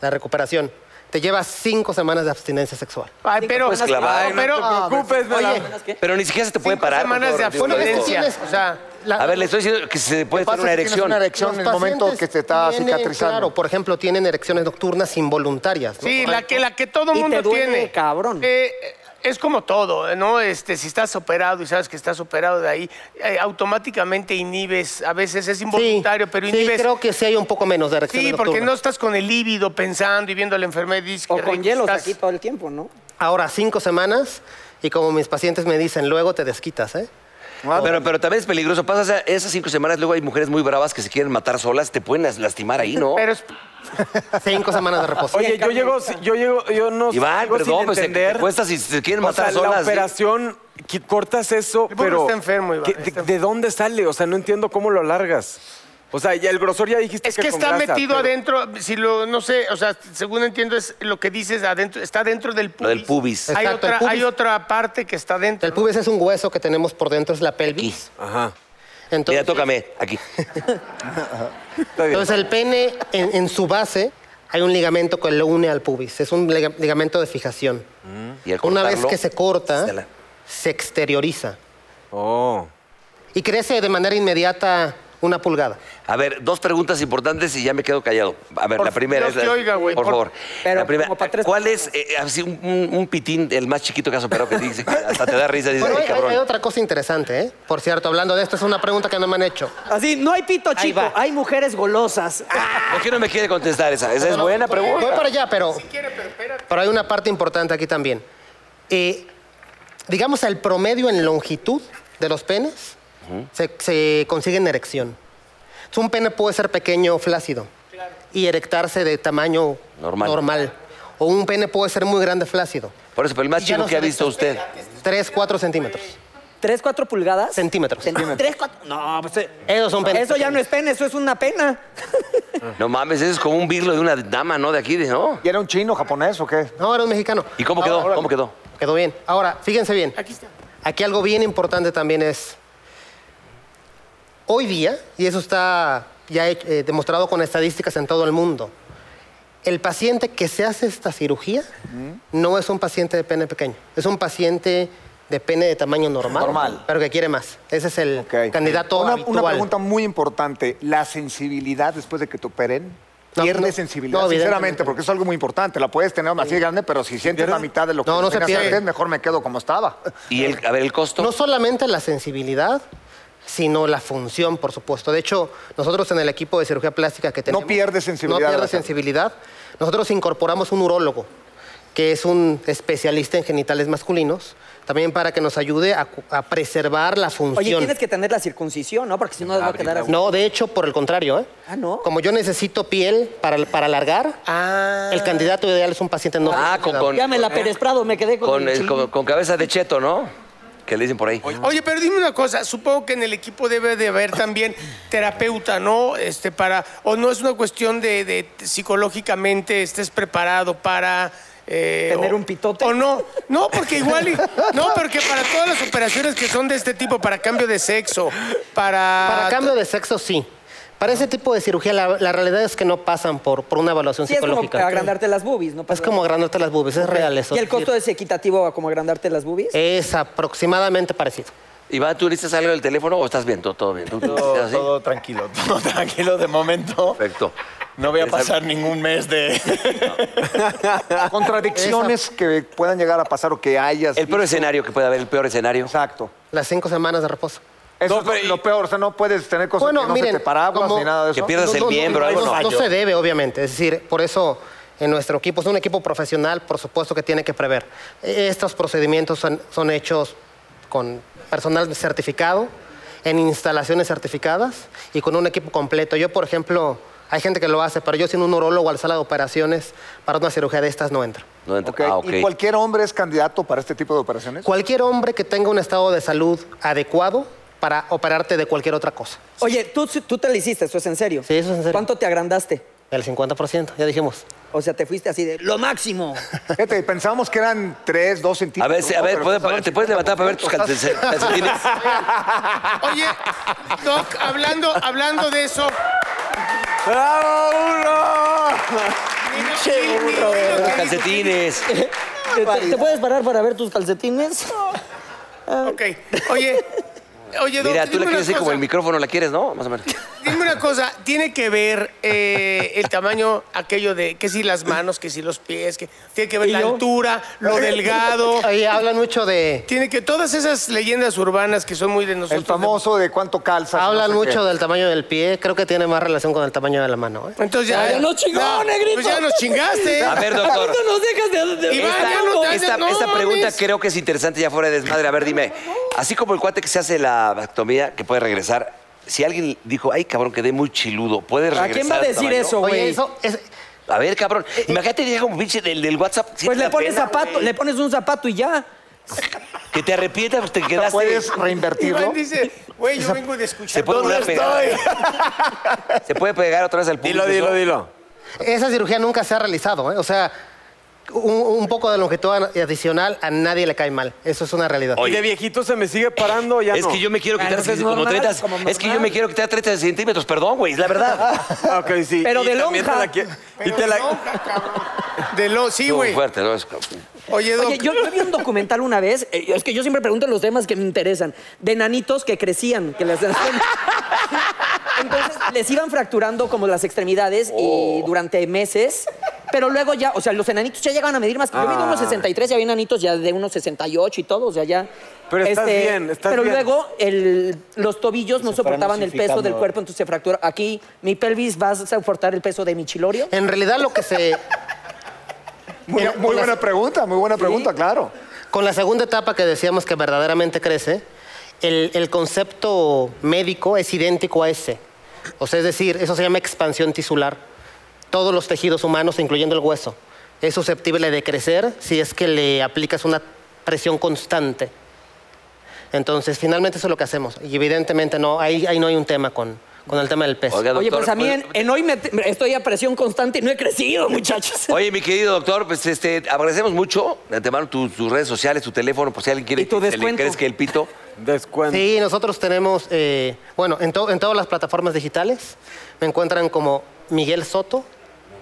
J: la recuperación. Te lleva cinco semanas de abstinencia sexual.
C: Ay, pero,
D: puedes clavar,
C: no, pero Ah,
F: preocupes, me la-
J: Oye,
D: Pero ni siquiera se te puede
C: cinco
D: parar.
C: semanas de
D: doctor.
J: una vez que
C: abstinencia.
J: tienes, o sea, la-
D: A ver, le estoy diciendo que se puede tener
G: Pasa
D: una
G: que tienes
D: erección.
G: Una erección en
J: los
G: el momento
J: pacientes
G: que te está
J: tienen,
G: cicatrizando.
J: Claro, por ejemplo, tienen erecciones nocturnas involuntarias. ¿no?
C: Sí, pues, la que, la que todo
E: Y te
C: mundo
E: duele,
C: tiene.
E: cabrón.
C: Eh, es como todo, ¿no? Este, si estás operado y sabes que estás operado de ahí, eh, automáticamente inhibes. A veces es involuntario,
J: Sí,
C: pero
J: sí,
C: inhibes.
J: creo que sí hay un poco menos de erecciones
C: Sí, porque no
J: nocturnas.
C: estás con el líbido pensando y viendo a la enfermedad. y dices,
E: O
C: "Qué
E: con
C: rico
E: hielos
C: estás".
E: aquí todo el tiempo, ¿no?
J: Ahora, cinco semanas, y como mis pacientes me dicen, luego te desquitas, ¿eh?
D: Pero, pero también es peligroso. Pasas a- esas cinco semanas, luego hay mujeres muy bravas que se quieren matar solas, te pueden las- lastimar ahí, ¿no?
C: Pero es-
J: Cinco semanas de reposo.
F: Oye, yo llego, yo llego, yo no
D: Iván,
F: sigo
D: perdón,
F: sin
D: pues se-
F: entender.
D: te cuesta si se quieren
F: O
D: matar
F: sea, la
D: solas. ¿sí?
F: operación, que cortas eso,
C: El burro
F: pero...
C: está enfermo, Iván,
F: ¿qué-
C: está
F: de,
C: enfermo.
F: de dónde sale? O sea, no entiendo cómo lo alargas. O sea, ya el grosor ya dijiste
C: es que
F: con
C: está
F: grasa,
C: metido
F: pero-
C: adentro, si lo, no sé, o sea, según entiendo es lo que dices, adentro, está dentro del pubis.
D: Lo del pubis.
C: Hay,
J: Exacto, el
C: otra,
J: pubis.
C: hay otra parte que está dentro.
J: El pubis es un hueso que tenemos por dentro, es la pelvis.
F: Ajá,
J: Entonces,
D: Mira, tócame aquí.
F: está bien.
J: Entonces el pene en, en su base hay un ligamento que lo une al pubis, es un liga- ligamento de fijación.
D: Y al
J: Una vez
D: cortarlo,
J: que se corta,
D: se la-
J: se exterioriza
F: Oh.
J: y crece de manera inmediata una pulgada.
D: A ver, dos preguntas importantes y ya me quedo callado. A ver,
C: Por
D: la primera
C: Dios
D: es.
C: te
D: la-
C: oiga, güey,
D: Por,
C: por-
D: favor.
E: Pero
D: la primera,
E: como para tres
D: ¿Cuál es eh, así un, un- un pitín, el más chiquito que has operado, que dice que hasta te da risa? Dice,
J: Bueno,
D: "Ay,
J: hay, hay-
D: cabrón.
J: hay otra cosa interesante, ¿eh? Por cierto, hablando de esto, es una pregunta que no me han hecho.
E: Así, no hay pito chico,
J: va. Ah.
E: hay mujeres golosas.
D: ¿Por qué no me quiere contestar esa? Esa es buena
J: Voy
D: pregunta.
J: para allá, pero. Pero hay una parte importante aquí también. Eh, digamos, el promedio en longitud de los penes se, se consigue en erección. Entonces, un pene puede ser pequeño o flácido y erectarse de tamaño
D: Normal.
J: O un pene puede ser muy grande flácido.
D: Por eso, pero el más
J: Y ya
D: chico
J: no
D: que ha
J: se-
D: visto usted.
J: 3, 4 centímetros.
E: ¿Tres, cuatro pulgadas?
J: Centímetros.
E: Cent- ¿Tres, cuatro? No, pues... eh,
J: Esos son penes.
E: Eso ya no es pene, eso es una pena.
D: No mames, ese es como un birlo de una dama, ¿no? De aquí, de- ¿no?
G: ¿Y era un chino, japonés o qué?
J: No, era un mexicano.
D: ¿Y cómo quedó? ¿Cómo quedó?
J: Quedó bien. Ahora, fíjense bien. Aquí está. Aquí algo bien importante también es. Hoy día, y eso está ya eh, demostrado con estadísticas en todo el mundo, el paciente que se hace esta cirugía no es un paciente de pene pequeño, es un paciente de pene de tamaño normal,
G: Normal.
J: pero que quiere más. Ese es el
G: Ok.
J: candidato
G: una,
J: habitual.
G: una pregunta muy importante. ¿La sensibilidad después de que te operen?
J: No,
G: ¿Pierde
J: no.
G: sensibilidad?
J: No,
G: sinceramente,
J: evidentemente.
G: porque es algo muy importante. La puedes tener así de grande, pero si sientes la mitad de lo que
J: No, no se
G: tengas
J: pierde.
G: antes, mejor me quedo como estaba.
D: Y el, a ver, el costo.
J: No solamente la sensibilidad, sino la función, por supuesto. De hecho, nosotros en el equipo de cirugía plástica que tenemos...
G: pierde sensibilidad,
J: No pierde
G: ¿verdad?
J: sensibilidad. Nosotros incorporamos un urólogo, que es un especialista en genitales masculinos, también para que nos ayude a, cu- a preservar la función.
E: Oye, tienes que tener la circuncisión, ¿no? Porque si
D: Ah,
E: no, va a quedar así.
J: No, de hecho, por el contrario. ¿eh?
E: Ah, ¿no?
J: Como yo necesito piel para, para alargar, el candidato ideal es un paciente no
D: Ah, con,
J: circuncidado.
D: con,
E: Ya me la Pérez Prado, me quedé con,
D: con,
E: el
D: el-
E: chile.
D: con- con cabeza de cheto, ¿no? Que le dicen por ahí.
C: Oye, pero dime una cosa, supongo que en el equipo debe de haber también terapeuta, ¿no? Este para o no es una cuestión de, de psicológicamente estés preparado para eh,
E: Tener
C: o-
E: un pitote.
C: O no, no, porque igual, y- no, porque para todas las operaciones que son de este tipo, para cambio de sexo, para,
J: Para cambio de sexo, sí. Para ese tipo de cirugía, la, la realidad es que no pasan por, por una evaluación
E: Sí, es como
J: psicológica.
E: agrandarte las boobies, ¿no?
J: Es como agrandarte las bubes, es real eso.
E: ¿Y el costo es equitativo a como agrandarte las boobies?
J: Es aproximadamente parecido.
D: Iván, ¿tú necesitas algo del teléfono o estás bien? Todo, todo bien. ¿Tú- tú-
I: Todo,
D: estás así?
I: todo tranquilo, todo tranquilo de momento.
D: Perfecto.
I: No voy a
D: ¿Quieres
I: pasar ningún mes de...
G: Contradicciones que puedan llegar a pasar o que hayas.
D: El peor
G: visto.
D: escenario que puede haber, el peor escenario.
G: Exacto.
J: Las cinco semanas de reposo.
G: Eso
F: No,
G: es
F: pero
G: lo,
F: y-
G: lo peor, o sea, no puedes tener cosas
C: Bueno,
G: que no
C: miren,
G: se te paraguas
C: como-
G: ni nada de
D: Que
G: eso.
D: pierdas el miembro, algo no.
C: no, no se debe, obviamente. Es decir, por eso en nuestro equipo, es un equipo profesional, por supuesto que tiene que prever. Eh, Estos procedimientos son, son hechos con personal certificado, en instalaciones certificadas y con un equipo completo. Yo, por ejemplo, hay gente que lo hace, pero yo sin un urólogo al sala de operaciones para una cirugía de estas no entro.
D: No entra-
G: Ok,
D: Ah, ok.
G: ¿Y cualquier hombre es candidato para este tipo de operaciones?
C: Cualquier hombre que tenga un estado de salud adecuado para operarte de cualquier otra cosa.
E: Oye, tú, tú te lo hiciste, eso es en serio.
C: Sí, eso es en serio.
E: ¿Cuánto te agrandaste?
C: El 50%, ya dijimos.
E: O sea, te fuiste así de lo máximo.
G: Fíjate, pensábamos que eran 3,
D: A
G: 2 centímetros.
D: ver, sí, a
G: ¿no?
D: ver,
G: Pero pues,
D: ¿puedes-
G: pesaban
D: ¿te puedes levantar para ver tus calce-
G: 50%.
D: calcetines?
K: Oye, Doc, hablando, hablando de eso. ¡Bravo, burro!
D: Tus calcetines.
E: ¿Te, te- te puedes parar para ver tus calcetines?
K: Ok, oye, oye, Doc,
D: Mira, tú
K: dime
D: le
K: una
D: quieres decir como
K: cosa.
D: el micrófono, la quieres, ¿no? Más o menos.
K: Dime una cosa, tiene que ver eh, el tamaño, aquello de que si las manos, que si los pies, que tiene que ver
E: ¿Y
K: la
E: yo?
K: altura, lo delgado.
C: Ahí hablan mucho de
K: Tiene que todas esas leyendas urbanas que son muy de nosotros.
G: El famoso de cuánto calza.
C: Hablan mucho del tamaño del pie, creo que tiene más relación con el tamaño de la mano. ¿eh?
K: Entonces ya.
E: Ya, ya nos chingó, negrito.
K: Pues ya nos chingaste.
D: A ver, doctor.
E: Ahorita nos dejas de... de-
K: Iván,
D: Esta,
K: ya no te haces-
D: esta-
K: no
D: esta pregunta
K: mames.
D: creo que es interesante ya fuera de desmadre. A ver, dime, así como el cuate que se hace la vasectomía, que puede regresar, si alguien dijo, ay, cabrón, quedé muy chiludo, ¿puede regresar?
E: ¿A quién va a
D: al
E: decir
D: tamaño?
E: eso,
C: Oye,
E: güey?
C: eso es,
D: A ver, cabrón, imagínate que llega como pinche del, del WhatsApp. ¿sí
E: Pues
D: te
E: le
D: da
E: pones
D: pena,
E: zapato,
D: güey?
E: le pones un zapato y ya.
D: Que te arrepientas, pues te quedaste...
G: ¿Puedes reinvertirlo?
K: Iván dice, güey, yo vengo de escuchar.
D: Se puede volver a pegar. Se puede pegar otra vez al público.
F: Dilo, dilo,
D: ¿no?
F: dilo.
C: esa cirugía nunca se ha realizado, ¿eh? o sea, un, un poco de longitud an- adicional a nadie le cae mal, eso es una realidad.
F: Y de viejito se me sigue parando, ya
D: Es
F: no.
D: que yo me quiero quitar
E: Entonces,
D: como
E: normal,
D: 30,
E: como
D: es que yo
E: normal.
D: me quiero quitar 30 centímetros, perdón, güey, es la verdad.
F: Ah, ok, sí.
E: Pero
F: Y
E: de
F: también te
E: lonja.
F: la qui- y te la-
K: De lo, sí,
D: Estuvo
K: güey.
D: fuerte, ¿no? Es-
K: Oye, Doc.
E: Oye, yo, yo vi un documental una vez, eh, es que yo siempre pregunto los temas que me interesan, de nanitos que crecían, que les Entonces les iban fracturando como las extremidades
F: Oh.
E: y durante meses, pero luego ya, o sea, los enanitos ya llegaban a medir más. Yo mido
F: Ah.
E: unos 63 y había enanitos ya de unos 68 y todo, o sea, ya. este,
F: Pero estás bien, estás
E: Pero
F: bien.
E: luego el- los tobillos no soportaban el peso del
H: osificando.
E: cuerpo, entonces se fractura. Aquí mi pelvis va a soportar el peso de mi chilorio.
C: En realidad lo que se...
G: Muy, muy buena pregunta, muy buena pregunta, claro.
C: Con la segunda etapa que decíamos que verdaderamente crece, el, el concepto médico es idéntico a ese. O sea, es decir, eso se llama expansión tisular. Todos los tejidos humanos, incluyendo el hueso, es susceptible de crecer si es que le aplicas una presión constante. Entonces, finalmente eso es lo que hacemos. Y evidentemente no, ahí, ahí no hay un tema con, con el tema del peso.
D: Oiga,
E: Oye,
D: doctor,
E: pues a mí en,
D: pues-
E: en hoy me me- estoy a presión constante y no he crecido, muchachos.
D: Oye, mi querido doctor, pues este, agradecemos mucho de antemano tus, tus redes sociales, tu teléfono, por si alguien quiere
E: Y tu
D: que se le
E: descuento.
D: crezca el pito.
F: Descuento.
C: Sí, nosotros tenemos, eh, bueno, en, to- en todas las plataformas digitales me encuentran como Miguel Soto,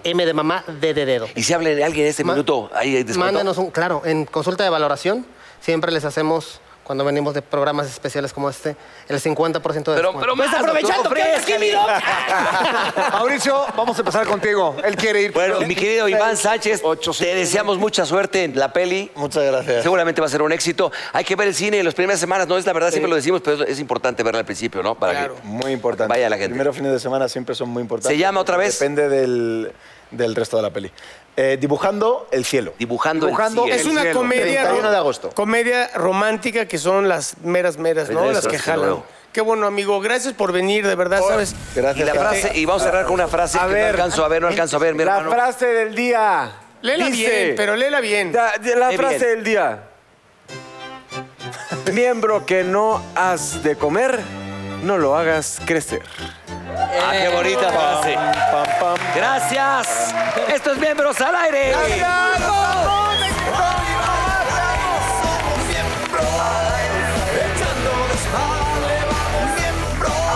C: M de mamá, D de dedo.
D: Y si habla de alguien en este
C: Ma-
D: minuto, ahí hay descuento.
C: Mándanos un, claro, en consulta de valoración siempre les hacemos, cuando venimos de programas especiales como este, el 50% de
D: pero,
C: descuento.
D: pero más, doctor, ofrézcale.
G: Mauricio, vamos a empezar contigo. Él quiere ir.
D: Bueno, mi querido Iván Sánchez,
G: ocho,
D: te
G: siete,
D: deseamos mucha suerte en la peli.
H: Muchas gracias.
D: Seguramente va a ser un éxito. Hay que ver el cine en las primeras semanas, no es la verdad, siempre lo decimos, pero es importante verla al principio, ¿no? Para que-
H: Muy importante.
D: Vaya la gente.
H: Los primeros fines de semana siempre son muy importantes.
D: ¿Se llama otra vez?
H: Depende del, del resto de la peli. Eh, dibujando el cielo.
D: Dibujando,
G: Dibujando
D: el
G: el
D: cielo.
K: Es una
G: cielo.
K: comedia.
H: 31 de agosto.
K: Comedia romántica que son las meras, meras, ¿no?
D: Eso,
K: las que
D: sí,
K: jalan.
D: luego.
K: Qué bueno, amigo. Gracias por venir, de verdad, ¿sabes?
H: Gracias.
D: Y la frase, y vamos a cerrar con una frase que no alcanzo a ver, no alcanzo a ver, mi
F: La
D: hermano.
F: frase del día.
K: Léela
F: Dice-
K: bien, pero léela bien.
F: La, de- la
D: Qué
F: frase
D: bien.
F: del día. Miembro que no has de comer, no lo hagas crecer.
D: Ah, qué bonita frase. Gracias. Esto es Miembros al Aire.
B: Somos miembros, echando desmadre, vamos miembros,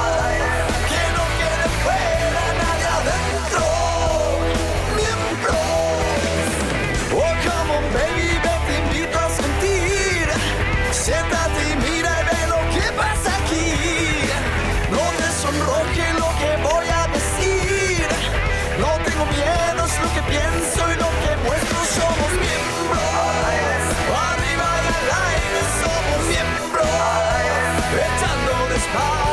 B: que no quede fuera nadie adentro, miembros. Oh, come on, baby, te invito a sentir, siéntate y mira y ve lo que pasa aquí. No te sonroje lo que voy a decir, no tengo miedo, es lo que pienso y lo que muestro, somos miembros. Arriba y al aire somos miembros. Echa padres.